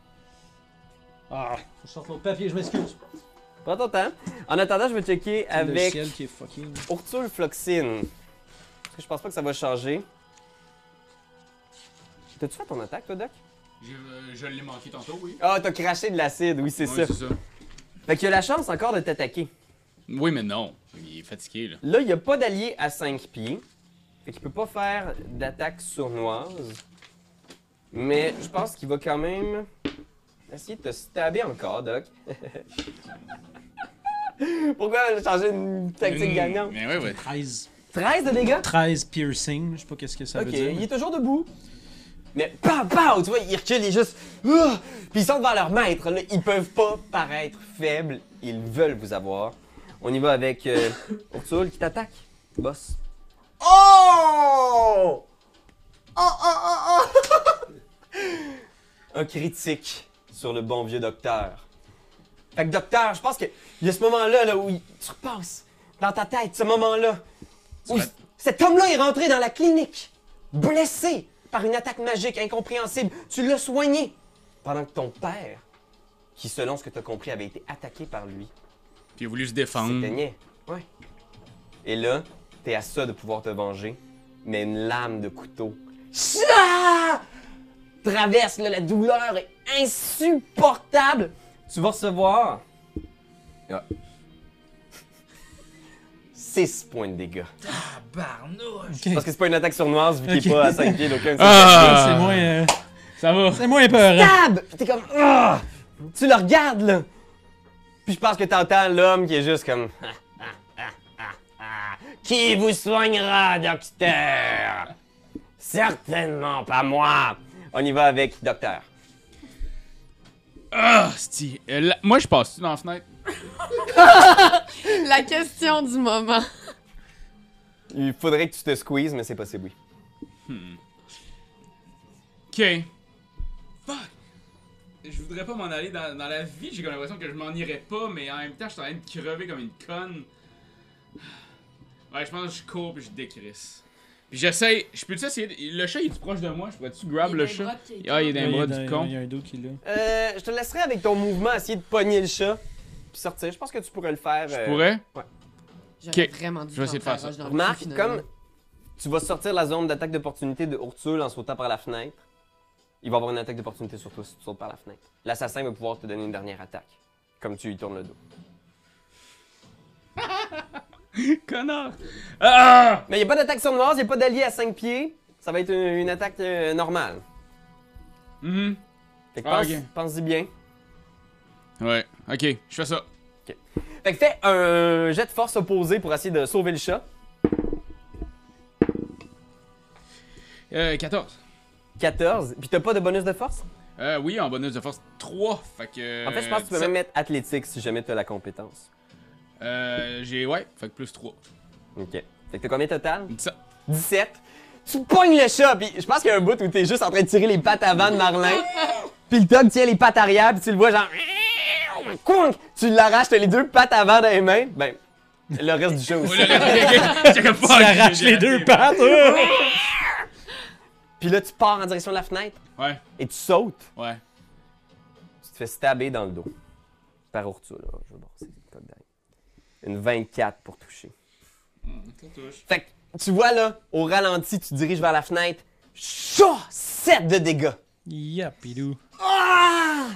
E: Ah, je sors l'autre papier, je m'excuse.
A: Prends ton temps. En attendant, je vais checker
E: C'est Le
A: avec
E: ciel qui est fucking.
A: Urtul Floxine. Parce que je pense pas que ça va changer. T'as-tu fait ton attaque, toi, Doc?
H: Je, euh, je l'ai manqué tantôt, oui.
A: Ah, t'as craché de l'acide, oui, c'est
H: Ouais,
A: ça. Fait qu'il a la chance encore de t'attaquer.
B: Oui, mais non. Il est fatigué, là.
A: Là, il n'y a pas d'allié à 5 pieds. Fait qu'il peut pas faire d'attaque sournoise. Mais je pense qu'il va quand même essayer de te stabber encore, Doc. Pourquoi changer une tactique
B: Une-
A: gagnante?
B: Mais ouais, ouais.
E: 13.
A: 13 de dégâts?
E: 13 piercing, je sais pas qu'est-ce que ça
A: Ok,
E: veut
A: il
E: dire.
A: est toujours debout. Mais pow, pow, tu vois, il recule, il est juste... Ah! Puis ils sont devant leur maître, là. Ils peuvent pas paraître faibles. Ils veulent vous avoir. On y va avec euh, Ursul qui t'attaque, boss. Oh! Oh, oh, oh, oh! Un critique sur le bon vieux docteur. Fait que docteur, je pense que il y a ce moment-là là, où il- tu repasses dans ta tête, ce moment-là. Où
B: vas-
A: c- cet homme-là est rentré dans la clinique, blessé par une attaque magique incompréhensible. Tu l'as soigné pendant que ton père, qui selon ce que tu as compris avait été attaqué par lui,
B: Puis il a voulu se
A: il
B: défendre.
A: saignait. Ouais. Et là, t'es à ça de pouvoir te venger, mais une lame de couteau. Chia! traverse, là, la douleur est insupportable. Tu vas recevoir 6 points de dégâts.
G: Barnouche!
E: Ok.
A: Parce que c'est pas une attaque sournoise vu qu'il est
E: Ok.
A: pas à 5 pieds d'aucun.
H: Ah!
E: C'est moins. euh, ça va. C'est moins peur.
A: Tab! Puis t'es comme. Ah! Tu le regardes, là! Puis je pense que t'entends l'homme qui est juste comme. Ah, ah, ah, ah, ah. Qui vous soignera, docteur? Certainement pas moi! On y va avec docteur.
H: Ah, c'ti. Euh, là- moi, je passe-tu dans la fenêtre?
C: La question du moment.
A: Il faudrait que tu te squeezes, mais c'est possible, oui.
H: Ok. Fuck! Je voudrais pas m'en aller dans, dans la vie, j'ai comme l'impression que je m'en irais pas, mais en même temps, je suis en train de crever comme une conne. Ouais, je pense que je cours puis je décrisse. Puis j'essaye. Je peux-tu essayer. de- Le chat, il est proche de moi? Je pourrais-tu grab le chat? Ah, il est
E: Il
H: d'un
E: y
H: bras
E: a
H: du
E: d'un-
H: con.
E: Il y a un dos qui est là.
A: Euh, je te laisserai avec ton mouvement essayer de pogner le chat. Puis sortir. Je pense que tu pourrais le faire.
H: Je pourrais?
C: J'aurais
H: Ok.
C: vraiment dû
H: Je vais essayer de
C: prendre
H: faire
C: la roche dans le
A: Remarque,
C: cul, finalement.
A: comme tu vas sortir la zone d'attaque d'opportunité de Hurtul en sautant par la fenêtre, il va avoir une attaque d'opportunité sur toi si tu sautes par la fenêtre. L'assassin va pouvoir te donner une dernière attaque, comme tu lui tournes le dos.
H: Connard! Ah!
A: Mais il n'y a pas d'attaque sournoise, il n'y a pas d'allié à 5 pieds. Ça va être une, une attaque euh, normale.
H: Mhm.
A: Fait que
H: Ah,
A: pense,
H: ok.
A: pense-y bien.
H: Ouais, ok, je fais ça.
A: Fait que fais un jet de force opposé pour essayer de sauver le chat.
H: Euh, 14.
A: 14. Puis t'as pas de bonus de force?
H: Euh, oui, en bonus de force 3. Fait que.
A: En fait, je pense que tu peux
H: Euh, ça-
A: même mettre athlétique si jamais t'as la compétence.
H: Euh, j'ai. Ouais, fait que plus 3.
A: Ok. Fait que t'as combien total?
H: Ça.
A: 17. Tu pognes le chat, puis je pense qu'il y a un bout où t'es juste en train de tirer les pattes avant de Marlin. Puis le Tom tient les pattes arrière, puis tu le vois genre. Coink! Tu l'arraches, t'as les deux pattes avant dans les mains. Ben, le reste du chat aussi.
H: J'ai comme fuck,
E: Ah,
H: j'ai-
E: T'arraches
H: j'ai
E: les
H: raté.
E: deux pattes. euh.
A: Puis là, tu pars en direction de la fenêtre
H: Ouais,
A: et tu sautes.
H: ouais.
A: Tu te fais stabber dans le dos. Par Urtula. là. Je vais brosser le code d'ail. Une 24 pour toucher. Fait que tu vois là, au ralenti, tu te diriges vers la fenêtre. Chat! 7 de dégâts!
E: Yapidou.
A: Ah!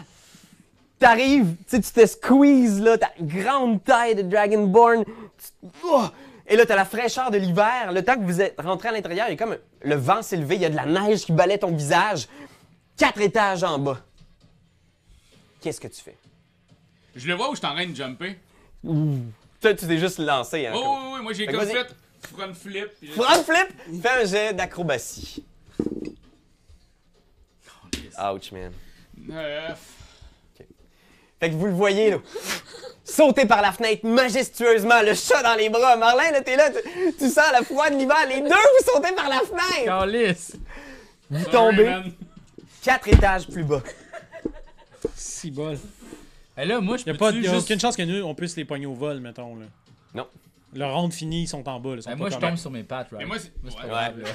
A: T'arrives, tu sais, tu te squeezes, là, ta grande taille de Dragonborn. tu- Oh! Et là, t'as la fraîcheur de l'hiver. Le temps que vous êtes rentré à l'intérieur, il y a comme le vent s'est levé, il y a de la neige qui balaie ton visage. Quatre étages en bas. Qu'est-ce que tu fais?
H: Je le vois où je suis en train de jumper.
A: Toi, tu t'es juste lancé, hein?
H: Oh,
A: comme-
H: oui, oui, moi j'ai
A: Fait
H: comme
A: que vas-y.
H: fait front flip. puis j'ai-
A: Front flip, fais un jet d'acrobatie. Ouch, man.
H: Euh, f-
A: Fait que vous le voyez, là. Sauter par la fenêtre majestueusement, le chat dans les bras. Marlin, là, t'es là, tu, tu sens la froid de l'hiver. Les deux, vous sautez par la fenêtre.
D: Calice!
A: Vous
H: sorry,
A: tombez
H: man.
A: quatre étages plus bas.
E: Si bol.
D: Et là, moi, je
E: Il
D: peux
E: n'y a, pas, y a
D: juste...
E: aucune chance que nous, on puisse les pogner au vol, mettons. Là.
A: Non.
E: Leur ronde finie, ils sont en bas. Là, ils sont
D: Eh,
E: pas
D: moi, je
E: corrects.
D: tombe sur mes pattes, right?
H: Mais moi, c'est.
D: Moi, c'est pas
H: ouais,
D: grave, là.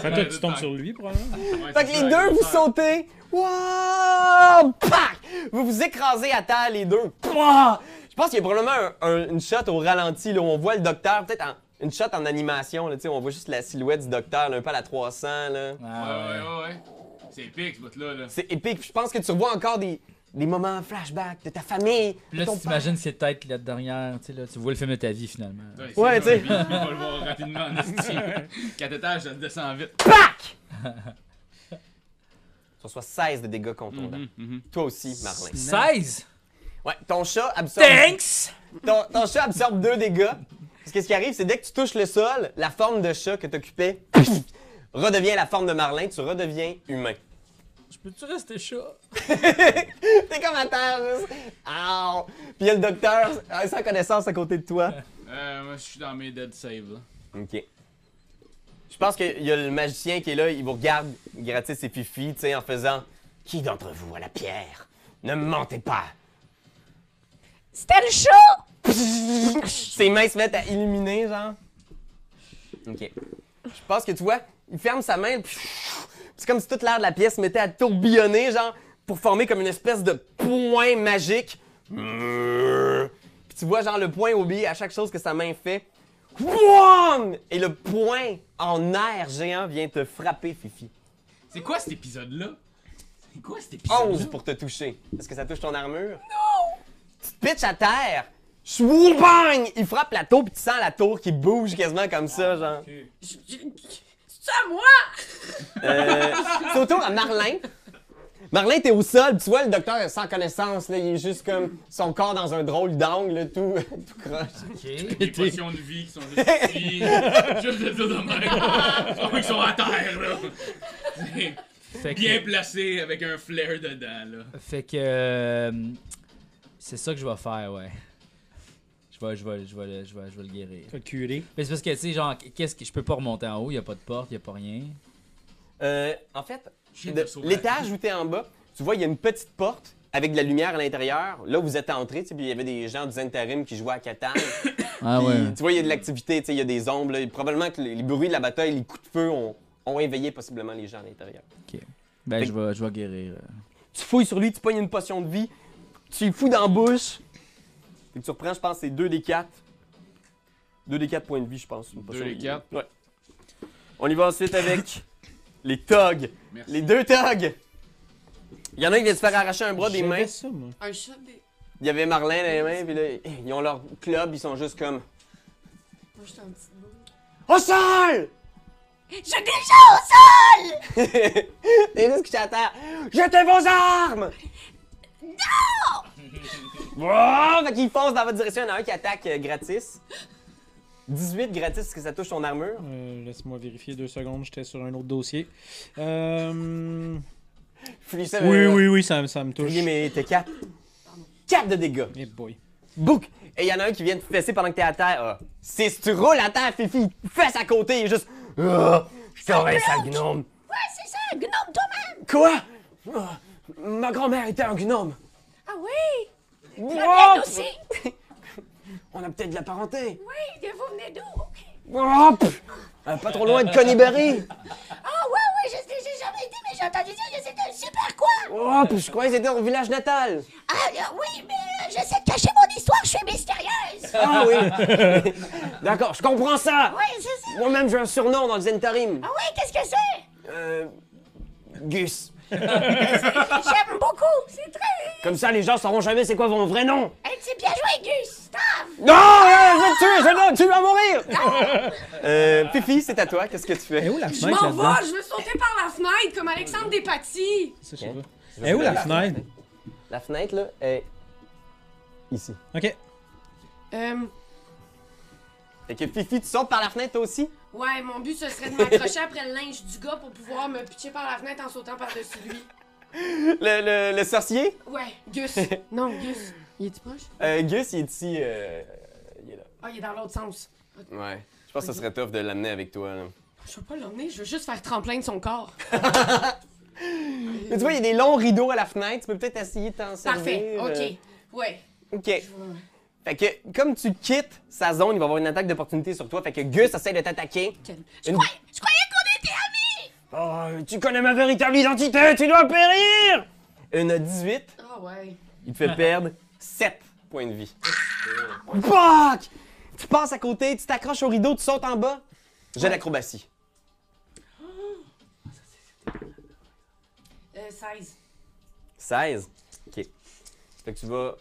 E: Fait que toi, tu
H: Ouais,
E: tombes
H: ouais.
E: sur lui, probablement.
H: ouais,
A: Fait que
H: c'est
A: les
H: ça,
A: deux, vous
H: ça.
A: sautez. Wow! Pac! Vous vous écrasez à terre, les deux. Pouah! Je pense qu'il y a probablement un- un- une shot au ralenti. Là, où on voit le docteur, peut-être en- une shot en animation. Là, tu sais, on voit juste la silhouette du docteur, là, un peu à la 300. Là.
D: Ah, ouais.
H: Ouais, ouais, ouais. ouais. C'est épique ce bout-là. Là.
A: C'est épique. Puis Je pense que tu revois encore des, des moments flashback de ta famille. de
D: Puis là,
A: ton
D: si
A: père.
D: t'imagines ses têtes là derrière, tu sais, là, tu vois le film de ta vie, finalement.
H: c'est
A: Ouais,
H: ça,
A: tu sais.
H: oui, On va le voir rapidement. en esti. Quatre étages, je le descends vite.
A: Pac! Tu reçois 16 de dégâts contondants.
D: Mm,
H: Mhm, mhm.
A: Toi aussi, Marlin.
D: 16!
A: Ouais, ton chat absorbe.
D: Thanks!
A: Ton, ton chat absorbe 2 dégâts. Parce que ce qui arrive, c'est dès que tu touches le sol, la forme de chat que t'occupais redevient la forme de Marlin, tu redeviens humain.
D: Je peux-tu rester chat?
A: T'es comme à terre, juste. Ow! Puis il y a le docteur euh, sans connaissance à côté de toi.
H: Euh, moi, je suis dans mes dead save. Là.
A: OK. Je pense qu'il y a le magicien qui est là, il vous regarde, gratis et fifi, tu sais, en faisant Qui d'entre vous a la pierre Ne mentez pas
C: C'était le chat!
A: Ses mains se mettent à illuminer, genre. OK. Je pense que tu vois, il ferme sa main, puis c'est comme si toute l'air de la pièce se mettait à tourbillonner, genre, pour former comme une espèce de point magique. Puis tu vois, genre, le point obéit à chaque chose que sa main fait. Wouam! Et le point en air géant vient te frapper, Fifi.
H: C'est quoi cet épisode-là?
D: C'est quoi cet épisode?
A: 11 pour te toucher. Est-ce que ça touche ton armure? Non! Tu te pitches à terre. Swoo, bang! Il frappe la tour, puis tu sens la tour qui bouge quasiment comme ça, genre.
C: Je- je- C'est à moi!
A: Euh, c'est autour à Marlin. Marlin, t'es au sol, tu vois le docteur est sans connaissance, là, il est juste comme son corps dans un drôle d'angle, là, tout, tout croche.
H: Des potions de vie qui sont juste ici. juste de dire de même. Ils sont à terre, là.
D: Fait que-
H: Bien placés avec un flair dedans, là.
D: Fait que. euh, c'est ça que je vais faire, ouais. Je vais, je vais, je vais, le- je vais, je vais le guérir.
E: Le curé.
D: Mais c'est parce que, tu sais, genre, qu'est-ce que. Je peux pas remonter en haut, y a pas de porte, y a pas rien.
A: Euh, en fait,
H: J'ai
A: de-
H: de sauver la-
A: l'étage où t'es en bas, tu vois, il y a une petite porte avec de la lumière à l'intérieur. Là, vous êtes entré, tu sais, puis il y avait des gens du intérim qui jouaient à Catane.
D: Ah
A: Puis, Tu vois, il y a de l'activité, tu sais, il y a des ombres. là. Probablement que les, les bruits de la bataille, les coups de feu ont, ont éveillé possiblement les gens à l'intérieur.
D: Ben, je vais, je vais guérir. euh.
A: Tu fouilles sur lui, tu pognes une potion de vie, tu lui fous dans la bouche. Et tu reprends, je pense, c'est 2 des 4. 2 des 4 points de vie, je pense. une potion
H: des
A: de vie.
H: quatre.
A: Ouais. On y va ensuite avec les togs.
H: Merci.
A: Les deux togs. Il y en a qui vient se faire arracher un bras des
E: J'avais
A: mains.
E: ça, moi.
C: Un chat des.
A: Il y avait Marlin dans les mains, puis là, ils ont leur club, ils sont juste comme.
C: Moi, j'étais un petit bout.
A: Au sol!
C: Je déjà
A: Et là, ce que j'attends, jetez vos armes! Non! fait qu'il fonce dans votre direction. Il y en a un qui attaque euh, gratis. 18 gratis, est-ce que ça touche son armure?
E: Euh, Laisse-moi vérifier deux secondes, j'étais sur un autre dossier. Euh...
A: Flissez
E: Oui, oui, oui, ça, me- ça me touche.
A: Fouillez Euh, mes T4. 4 de dégâts.
E: Eh boy.
A: Bouc! Et il y en a un qui vient te fesser pendant que t'es à terre. Ah. Si tu roules à terre, Fifi, il te fesse à côté, il est juste. Ah, je t'aurais ça, gnome!
C: Ah, c'est ça, un gnome, toi-même!
A: Quoi? Ah, ma grand-mère était un gnome!
C: Ah oui!
A: Wow!
C: aussi!
A: Ah! On a peut-être de la parenté!
C: Oui, vous venez d'où? OK.
A: Oh, pff, euh, pas trop loin de Connieberry.
C: Ah ouais, ouais, je sais, j'ai jamais été, mais j'ai entendu dire que c'était un super coin!
A: Oh, pff, je croyais que c'était au village natal.
C: Ah euh, oui, mais euh, j'essaie de cacher mon histoire, je suis mystérieuse!
A: Ah oui. D'accord, je comprends ça.
C: Oui, c'est ça!
A: Moi-même, j'ai un surnom dans le Zentarim.
C: Ah oui, qu'est-ce que c'est?
A: Euh, Gus.
C: J'aime beaucoup, c'est très...
A: Comme ça, les gens sauront jamais c'est quoi mon vrai nom.
C: Elle s'est bien jouée, Gustave!
A: Non, euh, je vais te tuer, je vais te- tu vas mourir. Euh, Fifi, c'est à toi. Qu'est-ce que tu
E: Et
A: fais
E: Eh, où la
C: Je
E: fenêtre
C: m'en
E: là-dedans?
C: vais, je veux sauter par la fenêtre comme Alexandre Despatie!
E: Ça, je sais pas. Et où Eh la fenêtre?
A: La fenêtre là est ici.
E: Ok.
C: Euh,
A: Fait que Fifi, tu sautes par la fenêtre toi aussi
C: ouais, mon but, ce serait de m'accrocher après le linge du gars pour pouvoir me pitcher par la fenêtre en sautant par-dessus lui.
A: Le, le, le sorcier
C: Ouais, Gus. Non, Gus. Il est-tu proche?
A: euh, Gus, il est ici. euh, il est là.
C: Ah, il est dans l'autre sens.
A: Ouais. Je pense que ça serait tough de l'amener avec toi. Là.
C: Je veux pas l'emmener, je veux juste faire tremplin de son corps.
A: Mais tu vois, il y a des longs rideaux à la fenêtre. Tu peux peut-être essayer de t'en
C: Parfait,
A: servir.
C: ok. Ouais.
A: OK. OK. Fait que, comme tu quittes sa zone, il va avoir une attaque d'opportunité sur toi. Fait que Gus essaie de t'attaquer.
C: Quel-
A: Une-
C: Je croyais qu'on était amis!
A: Oh, tu connais ma véritable identité, tu dois périr! Une 18,
C: Ah ouais.
A: il te fait perdre 7 points de vie. Fuck! Tu passes à côté, tu t'accroches au rideau, tu sautes en bas. J'ai l'acrobatie.
C: Euh, 16.
A: 16. OK. Fait que tu vas...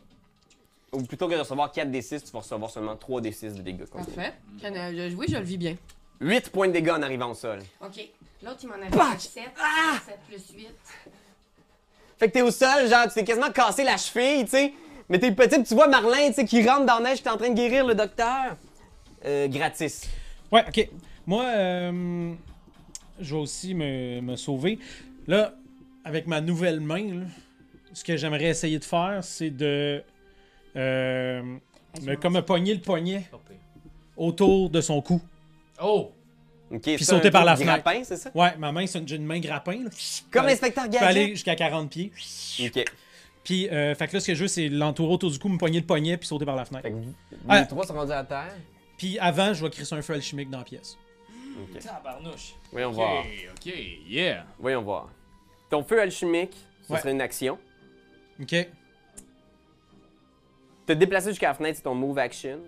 A: Ou plutôt que de recevoir 4 des 6, tu vas recevoir seulement 3 des 6 de dégâts. comme ça.
C: Parfait. Je ne- je- oui, je le vis bien.
A: 8 points de dégâts en arrivant au sol.
C: Ok. L'autre, il m'en avait
A: Pac!
C: fait 7. 7 plus 8.
A: Fait que t'es au sol, genre, tu t'es quasiment cassé la cheville, tu sais. Mais t'es petit, puis tu vois Marlin, tu sais, qui rentre dans la neige, t'es en train de guérir le docteur. Euh, gratis.
E: Ouais, ok. Moi, euh, je vais aussi me, me sauver. Là, avec ma nouvelle main, là, ce que j'aimerais essayer de faire, c'est de euh, me, comme me pogner le poignet autour de son cou.
D: Oh!
A: OK, Puis
E: sauter par la fenêtre.
A: Grappin, c'est ça?
E: Ouais, ma main, c'est une, j'ai une main grappin. Là.
A: Comme
E: Ouais.
A: l'inspecteur
E: Je peux aller
A: Gadget.
E: jusqu'à 40 pieds.
A: OK.
E: Puis, euh, fait que là, ce que je veux, c'est l'entourer autour du cou, me pogner le poignet, puis sauter par la fenêtre.
A: Fait que vous-
E: Ah.
A: les trois sont rendus à terre.
E: Puis avant, je vais crisser un feu alchimique dans la pièce.
D: Tabarnouche!
A: Voyons
H: Ok,
A: voir.
H: ok, yeah.
A: Voyons voir. Ton feu alchimique, ce
E: Ouais.
A: serait une action.
E: Ok.
A: Te déplacer jusqu'à la fenêtre, c'est ton move action.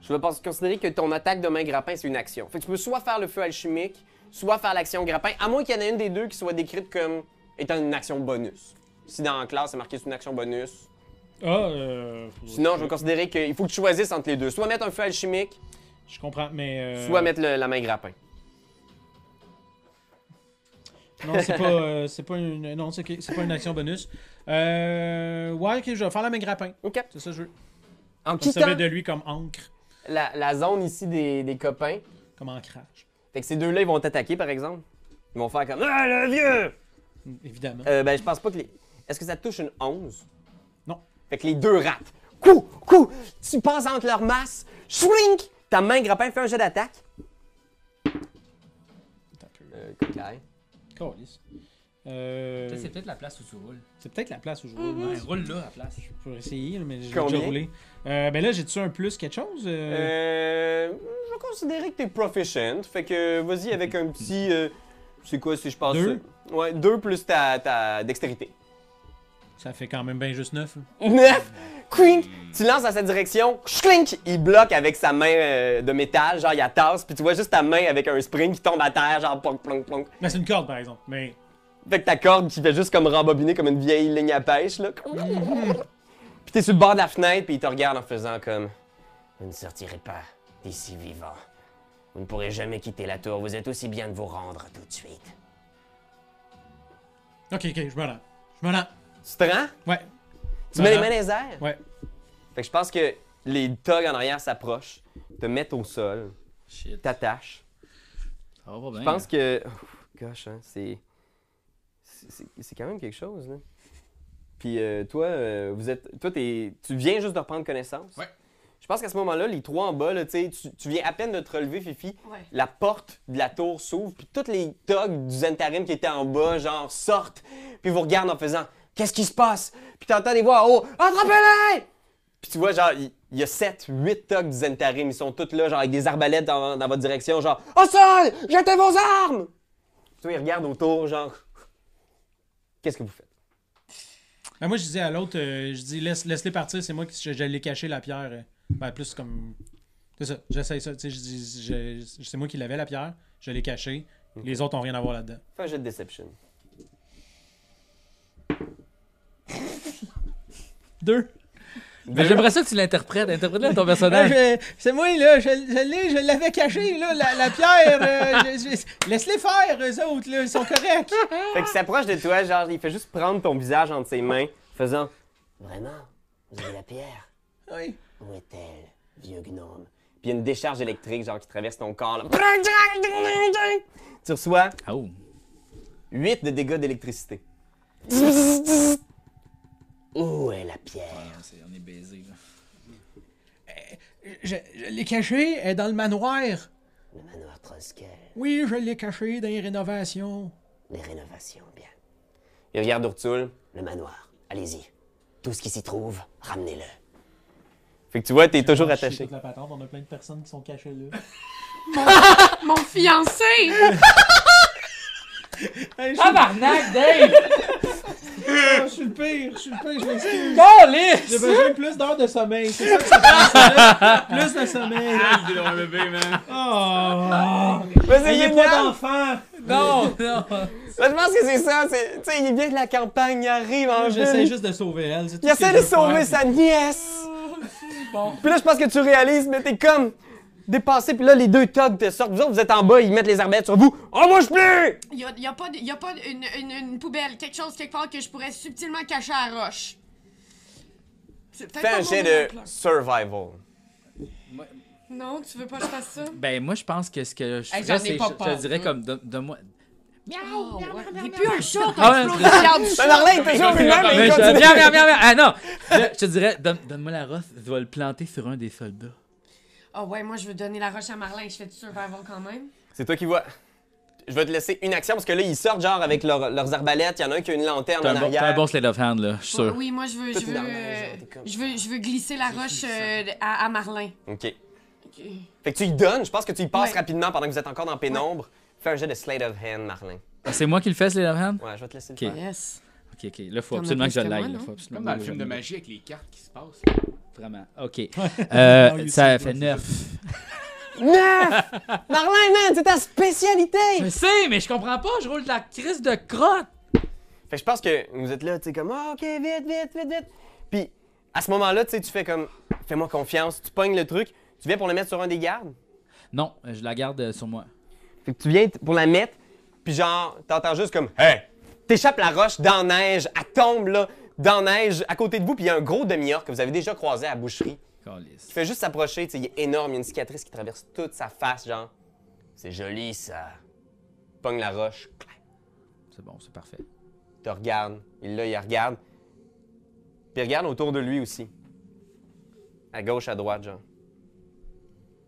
A: Je veux pas considérer que ton attaque de main grappin, c'est une action. Fait que tu peux soit faire le feu alchimique, soit faire l'action grappin, à moins qu'il y en ait une des deux qui soit décrite comme étant une action bonus. Si dans la classe, c'est marqué c'est une action bonus.
E: Ah, euh,
A: Sinon, je vais considérer qu'il faut que tu choisisses entre les deux. Soit mettre un feu alchimique,
E: Je comprends, mais. euh,
A: soit mettre le- la main grappin.
E: Non, c'est pas, euh, c'est pas, une, non, c'est ok, c'est pas une action bonus. Euh, ouais, ok, je vais faire la main grappin.
A: OK.
E: C'est ça, que je veux.
A: En
E: Je me
A: quittant
E: servais de lui comme encre,
A: la, la zone ici des, des copains,
E: comme ancrage,
A: fait que ces deux-là, ils vont t'attaquer, par exemple. Ils vont faire comme « Ah, le vieux!
E: évidemment.
A: Euh, Ben, je pense pas que les... Est-ce que ça te touche une 11?
E: Non.
A: Fait que les deux ratent. Coup! Coup! Tu passes entre leur masse. Shrink! Ta main grappin fait un jet d'attaque.
E: Attends un peu.
A: Euh, cocaille.
E: Câlisse. Euh,
D: Ça, C'est Ah. peut-être la place où tu roules.
E: c'est peut-être la place où je roule.
D: Ouais, roule là, la place.
E: Je peux essayer, mais je vais
A: Combien?
E: déjà rouler. Euh, ben là, j'ai-tu un plus quelque chose? Euh,
A: Euh, je vais considérer que t'es proficient. Fait que vas-y avec un petit... euh, c'est quoi si je passe...
E: Deux?
A: Ouais, deux plus ta, ta dextérité.
E: Ça fait quand même bien juste 9.
A: 9, clink, tu lances dans sa direction, clink, il bloque avec sa main euh, de métal, genre il la tasse, puis tu vois juste ta main avec un spring qui tombe à terre, genre plonk, plonk, plonk.
E: Mais c'est une corde, par exemple. Mais
A: Fait que ta corde qui fait juste comme rembobiner comme une vieille ligne à pêche, là. Puis t'es sur le bord de la fenêtre, puis il te regarde en faisant comme Vous ne sortirez pas d'ici vivant. Vous ne pourrez jamais quitter la tour, vous êtes aussi bien de vous rendre tout de suite.
E: Ok, ok, je me rends. Je me rends.
A: Tu te rends? Uh-huh.
E: Ouais.
A: Tu mets les
E: Voilà.
A: mains dans les airs?
E: Ouais.
A: Fait que je pense que les togs en arrière s'approchent, te mettent au sol,
B: Shit.
A: t'attachent.
B: Ça va pas bien.
A: Je pense que. Oh, gosh, hein, c'est. c'est- C'est c'est quand même quelque chose, là. Puis euh, toi, euh, vous êtes. Toi, t'es- tu viens juste de reprendre connaissance.
H: Ouais.
A: Je pense qu'à ce moment-là, les trois en bas, là, tu, sais, tu tu viens à peine de te relever, Fifi.
C: Ouais.
A: La porte de la tour s'ouvre, puis toutes les togs du Zentarim qui étaient en bas, genre, sortent, puis vous regardent en faisant Qu'est-ce qui se passe Puis t'entends des voix en haut Attrapez-les Puis tu vois, genre, il il y, a 7, 8 togs du Zentarim, ils sont tous là, genre, avec des arbalètes dans, dans votre direction, genre Au sol Jetez vos armes Puis toi, ils regardent autour, genre Qu'est-ce que vous faites
E: Ben moi, je disais à l'autre, euh, je dis laisse, laisse-les partir, c'est moi qui je- j'allais cacher la pierre. euh. Ben plus comme. C'est ça, j'essaye ça. Tu sais, je dis, je- c'est moi qui l'avais la pierre, je l'ai cachée. Les autres ont rien à voir là-dedans.
A: Fais un jet de Deception.
E: Deux.
G: Ben,
A: Deux.
D: J'aimerais ça que tu l'interprètes. Interprète-le à ton personnage.
E: c'est moi, là, je, l'ai, je l'avais cachée, là, la, pierre. euh, laisse-les faire, eux autres, là, ils sont corrects.
A: Fait qu'il s'approche de toi, genre, il fait juste prendre ton visage entre ses mains, faisant Vraiment Vous avez la pierre
E: Oui.
A: Où est-elle, vieux gnome? Puis il y a une décharge électrique, genre, qui traverse ton corps. là. Tu reçois
G: Oh.
A: 8 de dégâts d'électricité. Où est la pierre?
B: Ah, c'est- on est baisé. là.
E: Je, je l'ai cachée, elle est dans le manoir.
A: Le manoir Troskel.
E: Oui, je l'ai cachée dans les rénovations.
A: Les rénovations, bien. Il regarde Urtul. Le manoir. Allez-y. Tout ce qui s'y trouve, ramenez-le. Fait que tu vois, t'es toujours attaché.
E: la patente, Ah, on a plein de personnes qui sont cachées là.
C: Mon fiancé!
E: Ah, ben!
D: Tabarnak, Dave!
E: je suis le pire, je suis le pire, je m'excuse. J'ai
D: Calisse!
E: besoin de plus d'heures de sommeil, c'est ça que ça prend, Plus de sommeil.
H: Ah, il est dans un bébé, man.
E: Oh!
A: Vas-y,
E: Ayez
A: Yann!
E: pas d'enfants!
D: Non, non.
A: Ben, je pense que c'est ça. c'est- Tu sais, il vient de la campagne, il arrive en ville.
E: J'essaie juste de sauver elle. c'est tout
A: Il
E: ce que
A: essaie
E: je
A: Ah, ben. de
E: veux
A: sauver
E: faire.
A: sa nièce. Puis là, je pense que tu réalises, mais t'es comme dépassé. Puis là, les deux togs te sortent. Vous autres, vous êtes en bas, ils mettent les arbalètes sur vous. On bouge plus!
C: Il y a, y a pas, de- y a pas de- une, une- une poubelle, quelque chose quelque part que je pourrais subtilement cacher à la roche. C'est peut-être
A: Fais
C: pas
A: un
C: mon
A: jet
C: oncle,
A: de
C: là.
A: survival.
C: Non, tu veux pas que je fasse ça?
G: Ben, moi, je pense que ce que je
C: Hey,
G: ferais,
C: j'en ai
G: c'est
C: pas
G: je
C: peur.
G: te dirais comme de, de moi.
C: Oh, ouais. Il est plus un hein, chat,
G: Ah ouais,
C: t'as explosé
G: c'est-
C: la garde du
A: Ben, Marlin est
C: chat.
A: toujours lui-même, mais
G: Mais
A: il
G: je,
A: continue.
G: viens, viens, viens, viens. Ah non! Là, je te dirais, donne- donne-moi la rosse, je vais le planter sur un des soldats.
C: Ah ouais, moi je veux donner la roche à Marlin, je fais du survival quand même.
A: C'est toi qui vois. Je vais te laisser une action parce que là, ils sortent genre avec leurs- leurs arbalètes. Il y en a un qui a une lanterne
G: T'as
A: en
G: un, bon, t'as un
A: arrière.
G: bon slide of hand, là, je suis sûr.
C: Oui, moi je veux,
A: Toi,
C: je
A: t'es
C: veux,
A: dans la neige,
C: euh,
A: genre, t'es comme-
C: je veux, je veux glisser la roche euh, à, à Marlin.
A: Ok.
C: Ok.
A: Fait que tu y donnes. Je pense que tu y passes
C: Ouais.
A: rapidement pendant que vous êtes encore dans pénombre. Fais un jet de slate of hand, Marlin.
G: Ah, C'est moi qui le fais, slide of hand?
A: Ouais, je vais te laisser le
G: Ok.
A: faire.
C: Yes.
G: Ok, ok. Là, faut
C: T'en as
G: absolument que
C: plus
G: je
C: que moi,
G: l'aille. là,
C: non?
G: faut absolument
H: Comme dans
G: que
H: le
G: je
H: film de
G: l'aille.
H: magie avec les cartes qui se passent.
G: Vraiment. Ok. Euh,
E: Non, you
G: ça
E: see,
G: fait
E: là,
G: 9.
A: Neuf! Marlin, man, c'est ta spécialité!
D: Je sais, mais je comprends pas, je roule de la crise de crotte.
A: Fait que je pense que vous êtes là, tu sais, comme, ah, OK, vite, vite, vite, vite. Puis à ce moment-là, tu sais, tu fais comme, fais-moi confiance, tu pognes le truc, tu viens pour le mettre sur un des gardes.
D: Non, euh, je la garde euh, sur moi.
A: Fait que tu viens t- pour la mettre, puis genre, t'entends juste comme Hey! T'échappes la roche dans la neige, elle tombe là, dans la neige, à côté de vous, puis il y a un gros demi-orc que vous avez déjà croisé à la boucherie, qui
D: Calisse.
A: fait juste s'approcher, tu sais, il est énorme, il y a une cicatrice qui traverse toute sa face, genre. C'est joli ça. Pogne la roche, clac,
D: C'est bon, c'est parfait.
A: te regarde, il là, il regarde. Puis il regarde autour de lui aussi. À gauche, à droite, genre.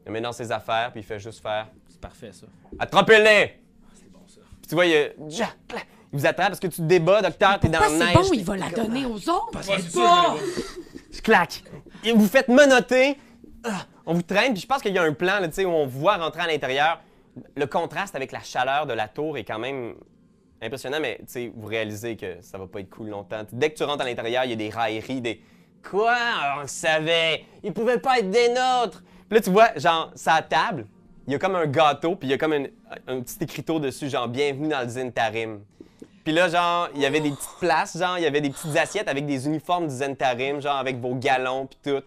A: Il met dans ses affaires, puis il fait juste faire.
D: C'est parfait, ça.
A: Attrapez-les!
D: C'est bon, ça.
A: Puis tu vois, il, euh, ja, clac, il vous attrape parce que tu te débats, docteur, t'es dans
C: Pourquoi
A: le
C: c'est
A: neige.
C: bon,
A: t'es-
C: il va la donner aux autres?
H: Ouais, c'est ça, je
A: Clac! Et vous faites menotter. Ah, On vous traîne, puis je pense qu'il y a un plan là, tu sais, où on vous voit rentrer à l'intérieur. Le contraste avec la chaleur de la tour est quand même impressionnant, mais tu sais, vous réalisez que ça va pas être cool longtemps. Dès que tu rentres à l'intérieur, il y a des railleries, des Quoi? On le savait! Ils pouvaient pas être des nôtres! Puis là, tu vois, genre, sa table, il y a comme un gâteau, puis il y a comme une- un petit écriteau dessus, genre, bienvenue dans le Zentarim. Puis là, genre, il y avait des petites places, genre, il y avait des petites assiettes avec des uniformes du Zentarim, genre, avec vos galons, puis tout.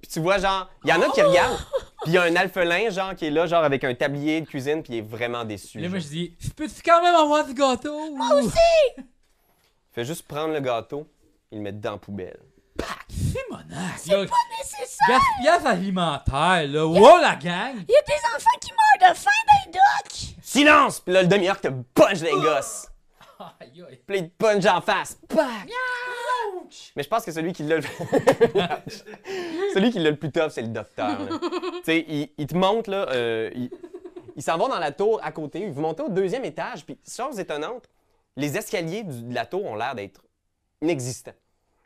A: Puis tu vois, genre, il y en a
D: Oh!
A: qui regardent, puis il y a un alphelin, genre, qui est là, genre, avec un tablier de cuisine, puis il est vraiment déçu.
D: Là, moi,
A: genre.
D: je dis, je peux-tu quand même avoir du gâteau? Moi aussi!
A: Fait juste prendre le gâteau, il le met dans la poubelle.
D: C'est monac, là. Gaspillage alimentaire, là. Wow, la gang!
J: Il y a des enfants qui meurent de faim dans les docks!
A: Silence! Puis là, le demi-heure te punch les gosses.
D: Aïe, aïe.
A: Puis là, il te punch en face. Pac! Mais je pense que celui qui l'a le celui qui l'a le plus tough, c'est le docteur. là. tu sais, il, il te monte là, euh, il, il s'en va dans la tour à côté. Vous montez au deuxième étage, puis chose étonnante, les escaliers du- de la tour ont l'air d'être inexistants.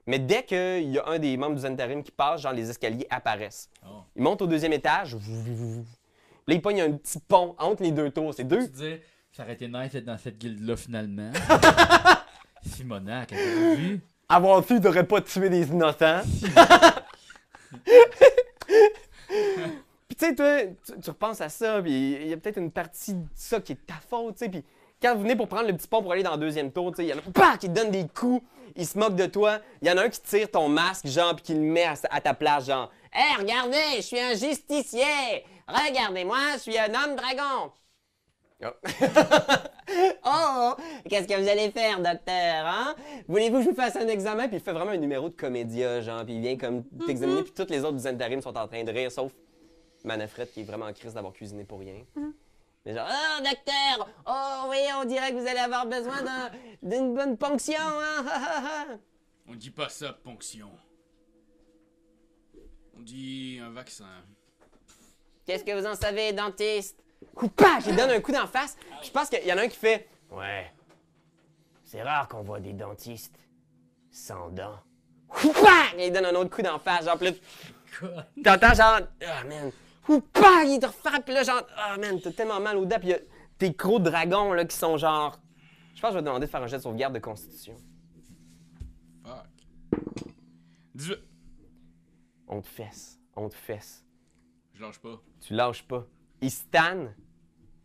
A: Mais dès qu'il y a un des membres du Zentarim qui passe, genre les escaliers apparaissent.
D: Oh.
A: Il monte au deuxième étage. Là, il pogne un petit pont entre les deux tours. C'est deux
D: Tu te dis, ça aurait été nice d'être dans cette guilde-là, finalement. Simonac, elle vu.
A: Avoir su, t'aurais pas tué des innocents. puis tu sais, toi, tu, tu repenses à ça, puis il y a peut-être une partie de ça qui est de ta faute, tu sais. Puis quand vous venez pour prendre le petit pont pour aller dans le deuxième tour, tu sais, il y en a bah, qui te donne des coups, il se moque de toi. Il y en a un qui tire ton masque, genre, puis qui le met à, sa- à ta place, genre. Hé, regardez, je suis un justicier! Regardez-moi, je suis un homme dragon! Oh, qu'est-ce que vous allez faire, docteur, hein? Voulez-vous que je vous fasse un examen? Puis il fait vraiment un numéro de comédia, genre, puis il vient comme t'examiner, puis toutes les autres du Zentarim sont en train de rire, sauf Manafred qui est vraiment en crise d'avoir cuisiné pour rien. Mais genre, oh, docteur! Oh, oui, on dirait que vous allez avoir besoin d'un- d'une bonne ponction, hein? Ha, ha, ha.
H: On dit pas ça, ponction. On dit un vaccin.
A: Qu'est-ce que vous en savez, dentiste? Coupage! Il donne un coup d'en face. Je pense qu'il y en a un qui fait Ouais. C'est rare qu'on voit des dentistes sans dents. Coupage! Il donne un autre coup d'en face. Genre, plus. T'entends, genre. Ah, man. Coupage! Il te frappe, là, genre. Ah, man, t'as tellement mal au dents. Puis il y a tes gros dragons, là, qui sont genre. Je pense que je vais te demander de faire un jet de sauvegarde de constitution.
H: Fuck. 18.
A: On te fesse. On te fesse.
H: Je lâche pas.
A: Tu lâches pas. Il stanne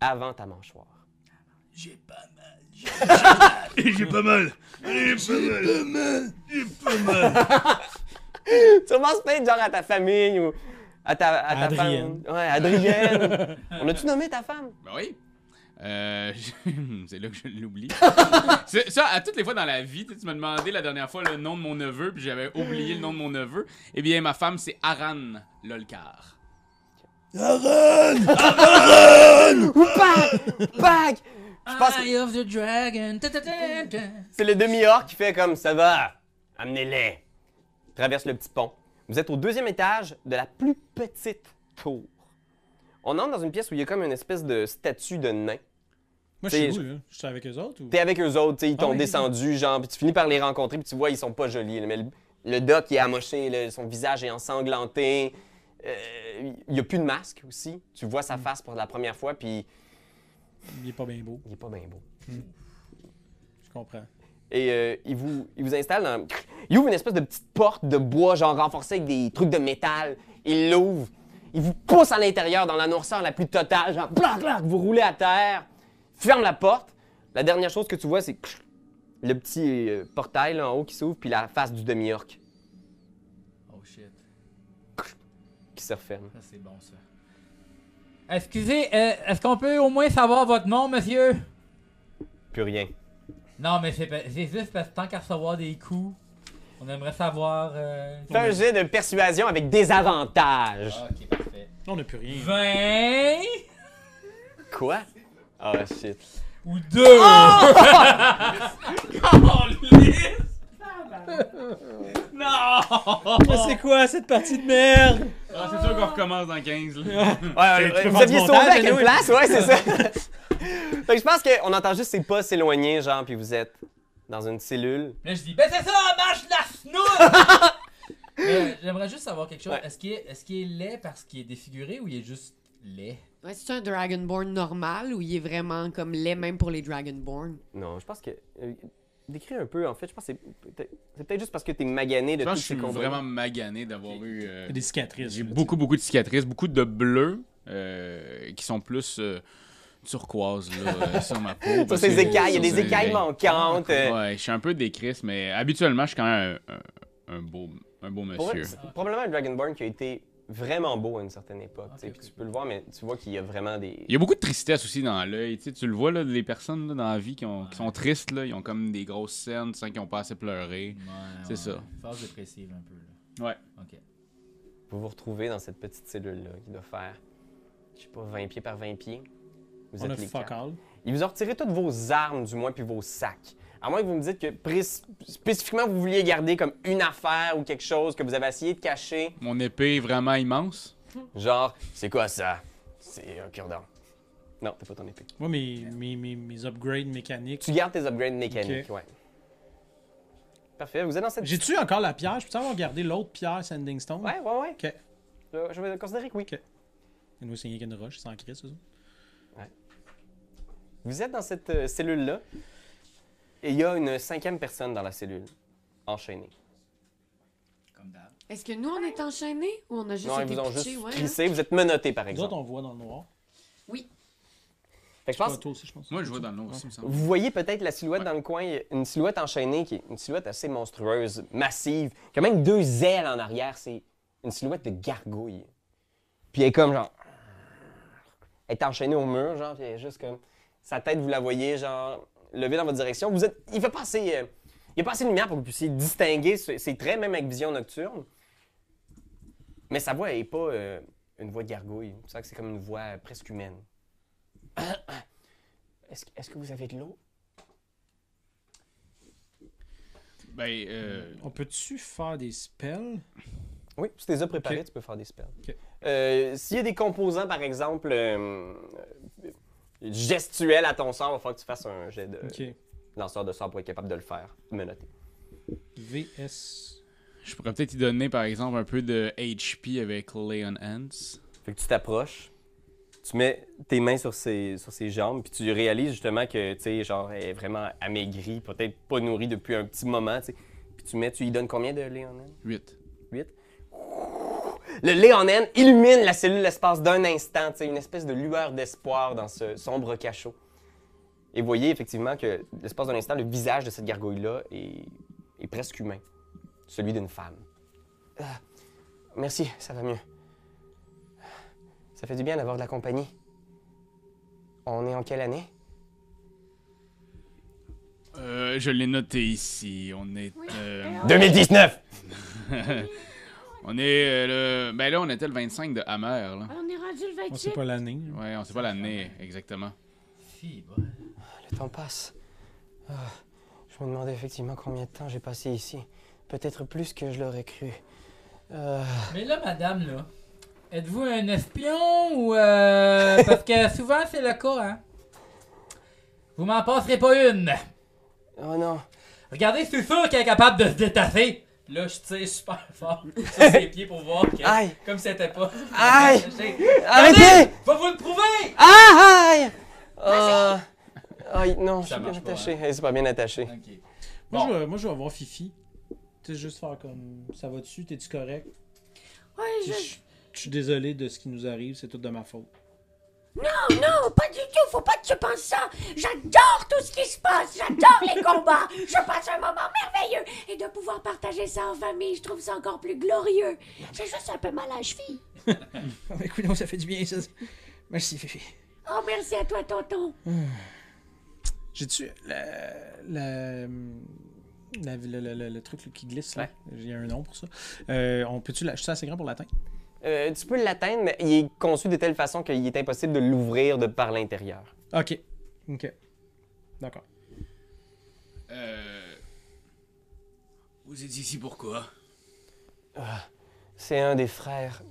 A: avant ta mâchoire.
B: J'ai
A: pas mal. J'ai pas mal. J'ai pas mal. J'ai pas mal. J'ai pas mal. Tu penses peut-être genre à ta famille ou à ta, à ta
E: Adrienne.
A: femme. Ouais, Adrienne. On a-tu nommé ta femme?
H: Ben oui. Euh, c'est là que je l'oublie. C'est- ça, à toutes les fois dans la vie, tu sais, tu m'as demandé la dernière fois le nom de mon neveu, puis j'avais oublié le nom de mon neveu. Eh bien, ma femme, c'est Aran Lolkar.
A: Bac! Je pense que
D: Eye of the dragon. ta, ta, ta, ta.
A: c'est le demi-orc qui fait comme ça va. Amenez-les. Traverse le petit pont. Vous êtes au deuxième étage de la plus petite tour. On entre dans une pièce où il y a comme une espèce de statue de nain.
E: Moi, je
A: T'sais,
E: suis où,
A: je-
E: là? Je suis avec eux autres ou.
A: T'es avec eux autres, t'sais, ils t'ont
E: oui,
A: descendu, genre, puis tu finis par les rencontrer, puis tu vois, ils sont pas jolis. là, mais le, le doc, il est amoché, là, son visage est ensanglanté. Euh, Il y a plus de masque aussi. Tu vois sa face pour la première fois, puis
E: Il est pas bien beau,
A: il est pas bien beau.
E: je comprends.
A: Et euh, il, vous, il vous installe dans. Il ouvre une espèce de petite porte de bois, genre renforcée avec des trucs de métal. Il l'ouvre. Il vous pousse à l'intérieur dans la noirceur la plus totale, genre, blac, blac, vous roulez à terre. Ferme la porte. La dernière chose que tu vois, c'est le petit euh, portail là, en haut qui s'ouvre, puis la face du demi-orc
D: Oh shit,
A: qui se referme.
G: Ah,
D: ça c'est bon ça.
G: Excusez, euh, est-ce qu'on peut au moins savoir votre nom, monsieur?
A: Plus rien.
G: Non, mais c'est, pa- c'est juste parce que tant qu'à recevoir des coups, on aimerait savoir. euh,
A: Fais un jet de persuasion avec des avantages.
G: Ah, ok, parfait.
E: On n'a plus rien.
G: 20
A: Quoi? Ah, shit.
G: ou 2
A: Ah!
E: Mais c'est quoi cette partie de merde?
H: Ah, c'est sûr qu'on recommence dans 15. Là.
A: Ouais,
E: tu peux
A: vous
E: faire du
A: aviez sauvé
E: montage,
A: à quelle
E: anyway.
A: place? Ouais, c'est ça. fait que je pense qu'on entend juste ses pas s'éloigner, genre, puis vous êtes dans une cellule.
G: Là, je dis, ben c'est ça, marche la snoute! Euh, J'aimerais juste savoir quelque chose.
A: Ouais.
G: Est-ce qu'il est, est-ce qu'il est laid parce qu'il est défiguré ou il est juste laid?
C: Ouais, c'est un Dragonborn normal ou il est vraiment comme laid même pour les Dragonborn?
A: Non, je pense que. euh, décris un peu, en fait. Je pense que c'est peut-être- c'est peut-être juste parce que t'es magané de
H: Je
A: tout
H: pense que
A: ce
H: je suis
A: qu'on voit.
H: vraiment magané d'avoir eu. euh,
E: Il y a Des cicatrices.
H: J'ai
E: là,
H: beaucoup, beaucoup de cicatrices, beaucoup de bleus euh, qui sont plus euh, turquoises là, euh, sur ma peau.
A: Sur
H: parce
A: ses
H: que-
A: écailles, il y a
H: sur
A: des
H: ses
A: écailles
H: écailles.
A: manquantes. euh,
H: Ouais, je suis un peu décrisse, mais habituellement, je suis quand même un, un- un beau, un beau
A: Pour vrai,
H: monsieur.
A: c'est probablement un Dragonborn qui a été vraiment beau à une certaine époque. tu sais,
D: Ok,
A: puis
D: ok.
A: Tu peux le voir, mais tu vois qu'il y a vraiment des.
H: Il y a beaucoup de tristesse aussi dans l'œil. Tu sais, tu le vois, là, les personnes là, dans la vie qui, ont- qui sont tristes, là, ils ont comme des grosses scènes, tu sens qu'ils ont pas assez pleuré. C'est ça.
D: Phase dépressive un peu là.
H: Ouais.
D: Ok.
A: Vous vous retrouvez dans cette petite cellule-là qui doit faire, je sais pas, 20 pieds par 20 pieds. Vous
E: On a
A: êtes les
E: fuck
A: quatre.
E: all.
A: Ils vous ont retiré toutes vos armes, du moins, puis vos sacs. À moins que vous me dites que pré- spécifiquement vous vouliez garder comme une affaire ou quelque chose que vous avez essayé de cacher.
H: Mon épée est vraiment immense.
A: Genre, c'est quoi ça? C'est euh, un cure-dent. Non, t'as pas ton épée.
E: Moi, mes, mes, mes, mes upgrades mécaniques.
A: Tu gardes tes upgrades mécaniques, ouais. Parfait, vous êtes dans cette...
E: J'ai-tu encore la pierre? Je peux avoir gardé l'autre pierre Sanding Stone?
A: Ouais, ouais, ouais.
E: Ok.
A: Je- Je vais considérer que oui.
E: Et nous, c'est une roche, sans crise, ça.
A: Vous êtes dans cette euh, cellule-là, et il y a une cinquième personne dans la cellule, enchaînée.
D: Comme d'hab.
C: Est-ce que nous on est enchaînés ou on a juste
A: non, ils
C: été
A: vous ont
C: pitchés,
A: juste
C: ouais, hein?
A: crissé, vous êtes menotté, par
E: Nous autres,
A: exemple.
E: on voit dans le noir.
A: Fait que je pense
E: Toi, toi aussi, je pense.
H: Moi, je vois dans le nom aussi, il me semble.
A: Vous voyez peut-être la silhouette
H: Ouais.
A: dans le coin, une silhouette enchaînée qui est une silhouette assez monstrueuse, massive, qui a même deux ailes en arrière. C'est une silhouette de gargouille. Puis elle est comme genre. Elle est enchaînée au mur, genre, puis elle est juste comme. Sa tête, vous la voyez, genre, levée dans votre direction. Vous êtes. Il fait passer. il y a pas assez de lumière pour que vous puissiez distinguer ce- ses traits, même avec vision nocturne. Mais sa voix, elle n'est pas euh, une voix de gargouille. Tu sens que c'est comme une voix euh, presque humaine. Est-ce est-ce que vous avez de l'eau?
H: Ben, euh,
E: On peut-tu faire des spells?
A: Oui, si tu les as préparés,
E: Ok.
A: tu peux faire des spells.
E: Ok.
A: Euh, S'il y a des composants, par exemple, euh, euh, gestuels à ton sort, il va falloir que tu fasses un jet
H: Euh.
A: de
E: Ok.
A: lanceur de sort pour être capable de le faire, me noter.
E: VS.
H: je pourrais peut-être y donner, par exemple, un peu de HP avec Leon Ants.
A: Fait que tu t'approches, tu mets tes mains sur ses, sur ses jambes, puis tu réalises justement que, tu sais, genre, elle est vraiment amaigrie, peut-être pas nourrie depuis un petit moment, tu sais. Puis tu mets, tu lui donnes combien de Léonine?
H: 8.
A: Le Léonen illumine la cellule l'espace d'un instant, tu sais, une espèce de lueur d'espoir dans ce sombre cachot. Et voyez effectivement que l'espace d'un instant, le visage de cette gargouille-là est, est presque humain, celui d'une femme. Ah, merci, ça va mieux. Ça fait du bien d'avoir de la compagnie. On est en quelle année?
H: Euh, je l'ai noté ici. On est. euh,
A: 2019!
H: on est euh, le. Ben là, on était le 25 de Hammer, là.
J: Ah, On est rendu le
E: On
J: 28.
E: sait pas l'année. là.
H: Ouais, on sait pas l'année exactement.
D: Si, bah.
A: Le temps passe. Ah, je me demandais effectivement combien de temps j'ai passé ici. Peut-être plus que je l'aurais cru. Euh...
G: Mais là, madame, là, êtes-vous un espion ou. euh, parce que souvent, c'est le cas, hein? Vous m'en passerez pas une!
A: Oh non.
G: Regardez, c'est sûr qu'elle est capable de se détacher! Là, je tire super fort sur ses pieds pour voir que.
A: Aïe!
G: Comme c'était pas.
A: Aïe!
G: Je-
A: Arrêtez!
G: Va vous le prouver!
A: Aïe! Ah! Aïe, non, je
D: Ça
A: suis bien
D: marche
G: hein?
D: pas,
A: attaché. Eh, C'est pas bien attaché.
D: Ok.
E: Moi,
D: Bon.
E: je vais, moi, je vais voir Fifi. Tu sais, juste faire comme. Ça va dessus, T'es-tu correct?
J: Ouais,
E: Puis
J: je...
E: Je je suis désolé de ce qui nous arrive, c'est tout de ma faute.
J: Non, non, pas du tout. faut pas que tu penses ça. J'adore tout ce qui se passe. J'adore les combats. Je passe un moment merveilleux. Et de pouvoir partager ça en famille, je trouve ça encore plus glorieux. J'ai juste un peu mal à la cheville.
E: Écoute, non, ça fait du bien, ça. Merci, Fifi.
J: Oh, merci à toi, tonton.
E: J'ai-tu la, la, la- le- le- le- le truc là, qui glisse, là? Il y a un nom pour ça. Euh, on peut-tu l'acheter assez grand pour l'atteindre?
A: Euh, tu peux l'atteindre, mais il est conçu de telle façon qu'il est impossible de l'ouvrir de par l'intérieur.
E: OK. OK. D'accord.
B: Euh. Vous êtes ici pourquoi
A: C'est un des frères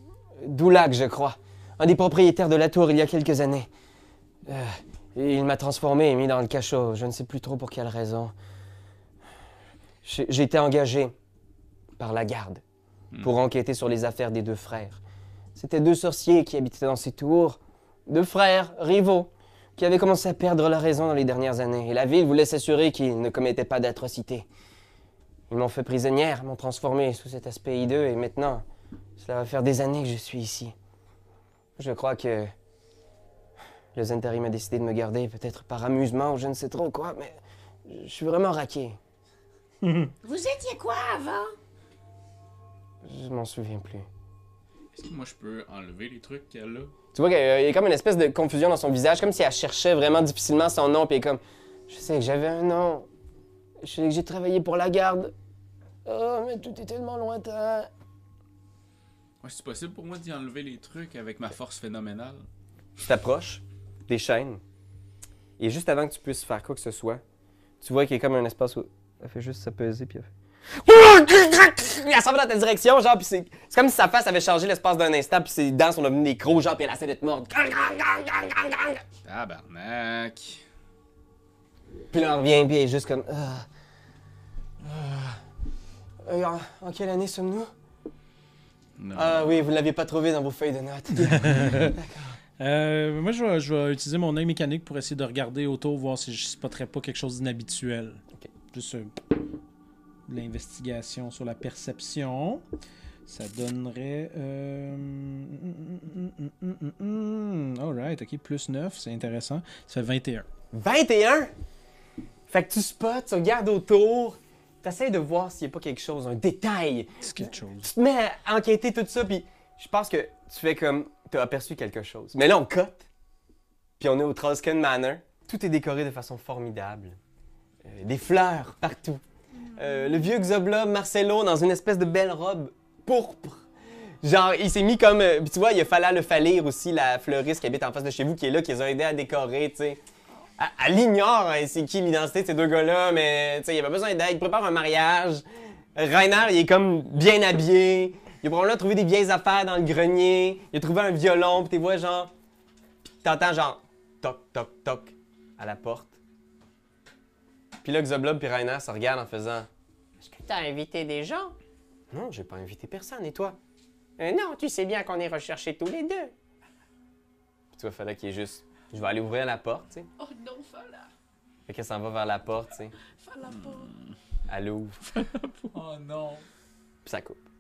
A: Doulac, je crois. Un des propriétaires de la tour il y a quelques années. Euh, il m'a transformé et mis dans le cachot. Je ne sais plus trop pour quelle raison. J'ai j'ai été engagé par la garde pour enquêter sur les affaires des deux frères. C'étaient deux sorciers qui habitaient dans ces tours, deux frères rivaux, qui avaient commencé à perdre la raison dans les dernières années. Et la ville voulait s'assurer qu'ils ne commettaient pas d'atrocités. Ils m'ont fait prisonnière, m'ont transformé sous cet aspect hideux, et maintenant, cela va faire des années que je suis ici. Je crois que le Zentarim a décidé de me garder, peut-être par amusement ou je ne sais trop quoi, mais je suis vraiment raqué.
J: Vous étiez quoi avant?
A: Je m'en souviens plus.
H: Est-ce que moi je peux enlever les trucs qu'elle a
A: Tu vois qu'il y a comme une espèce de confusion dans son visage, comme si elle cherchait vraiment difficilement son nom, puis elle est comme Je sais que j'avais un nom. Je sais que j'ai travaillé pour la garde. Oh, mais tout est tellement lointain.
H: Ouais, c'est possible pour moi d'y enlever les trucs avec ma force phénoménale
A: Tu t'approches des chaînes. Et juste avant que tu puisses faire quoi que ce soit, tu vois qu'il y a comme un espace où elle fait juste se peser puis elle fait... Elle s'en va dans ta direction, genre, puis c'est c'est comme si sa face avait changé l'espace d'un instant, puis ses dents sont devenues des crocs, genre, puis elle essaie de te mordre.
H: Tabarnak
A: Puis là, on revient, puis elle est juste comme... Ah. Ah. Euh, en- en quelle année sommes-nous?
H: Non.
A: Ah oui, vous l'aviez pas trouvé dans vos feuilles de notes.
E: Euh, moi, je vais, je vais utiliser mon œil mécanique pour essayer de regarder autour, voir si je spotterais pas quelque chose d'inhabituel.
A: Ok.
E: Juste euh, de l'investigation sur la perception. Ça donnerait. Euh... mm, mm, mm, mm, mm, mm. Alright, ok, plus 9, c'est intéressant. Ça fait 21.
A: 21? Fait que tu spots, tu regardes autour, t'essayes de voir s'il n'y a pas quelque chose, un détail.
E: C'est quelque chose.
A: Tu te mets à enquêter tout ça, puis je pense que tu fais comme, t'as aperçu quelque chose. Mais là, on cote, puis on est au Troscan Manor. Tout est décoré de façon formidable. Euh, des fleurs partout. Euh, le vieux Xobla Marcelo dans une espèce de belle robe pourpre. Genre, il s'est mis comme. euh, puis tu vois, il y a Fala le Falir aussi, la fleuriste qui habite en face de chez vous, qui est là, qui les a aidés à décorer, tu sais. Elle- Elle ignore hein, c'est qui l'identité de ces deux gars-là, mais tu sais, il avait besoin d'aide. Il prépare un mariage. Reiner, il est comme bien habillé. Il a probablement trouvé des vieilles affaires dans le grenier. Il a trouvé un violon, puis tu vois, genre. Puis t'entends, genre, toc, toc, toc, à la porte. Puis là, Xoblob puis Reiner se regardent en faisant Est-ce que t'as invité des gens Non, j'ai pas invité personne, et toi Euh, Non, tu sais bien qu'on est recherchés tous les deux. Puis tu vois, Fala qui est juste Je vais aller ouvrir la porte, tu sais.
C: Oh non, Fala.
A: Fait qu'elle s'en va vers la porte, tu sais.
C: Fala pas.
A: Elle ouvre,
D: Oh non.
A: puis ça coupe.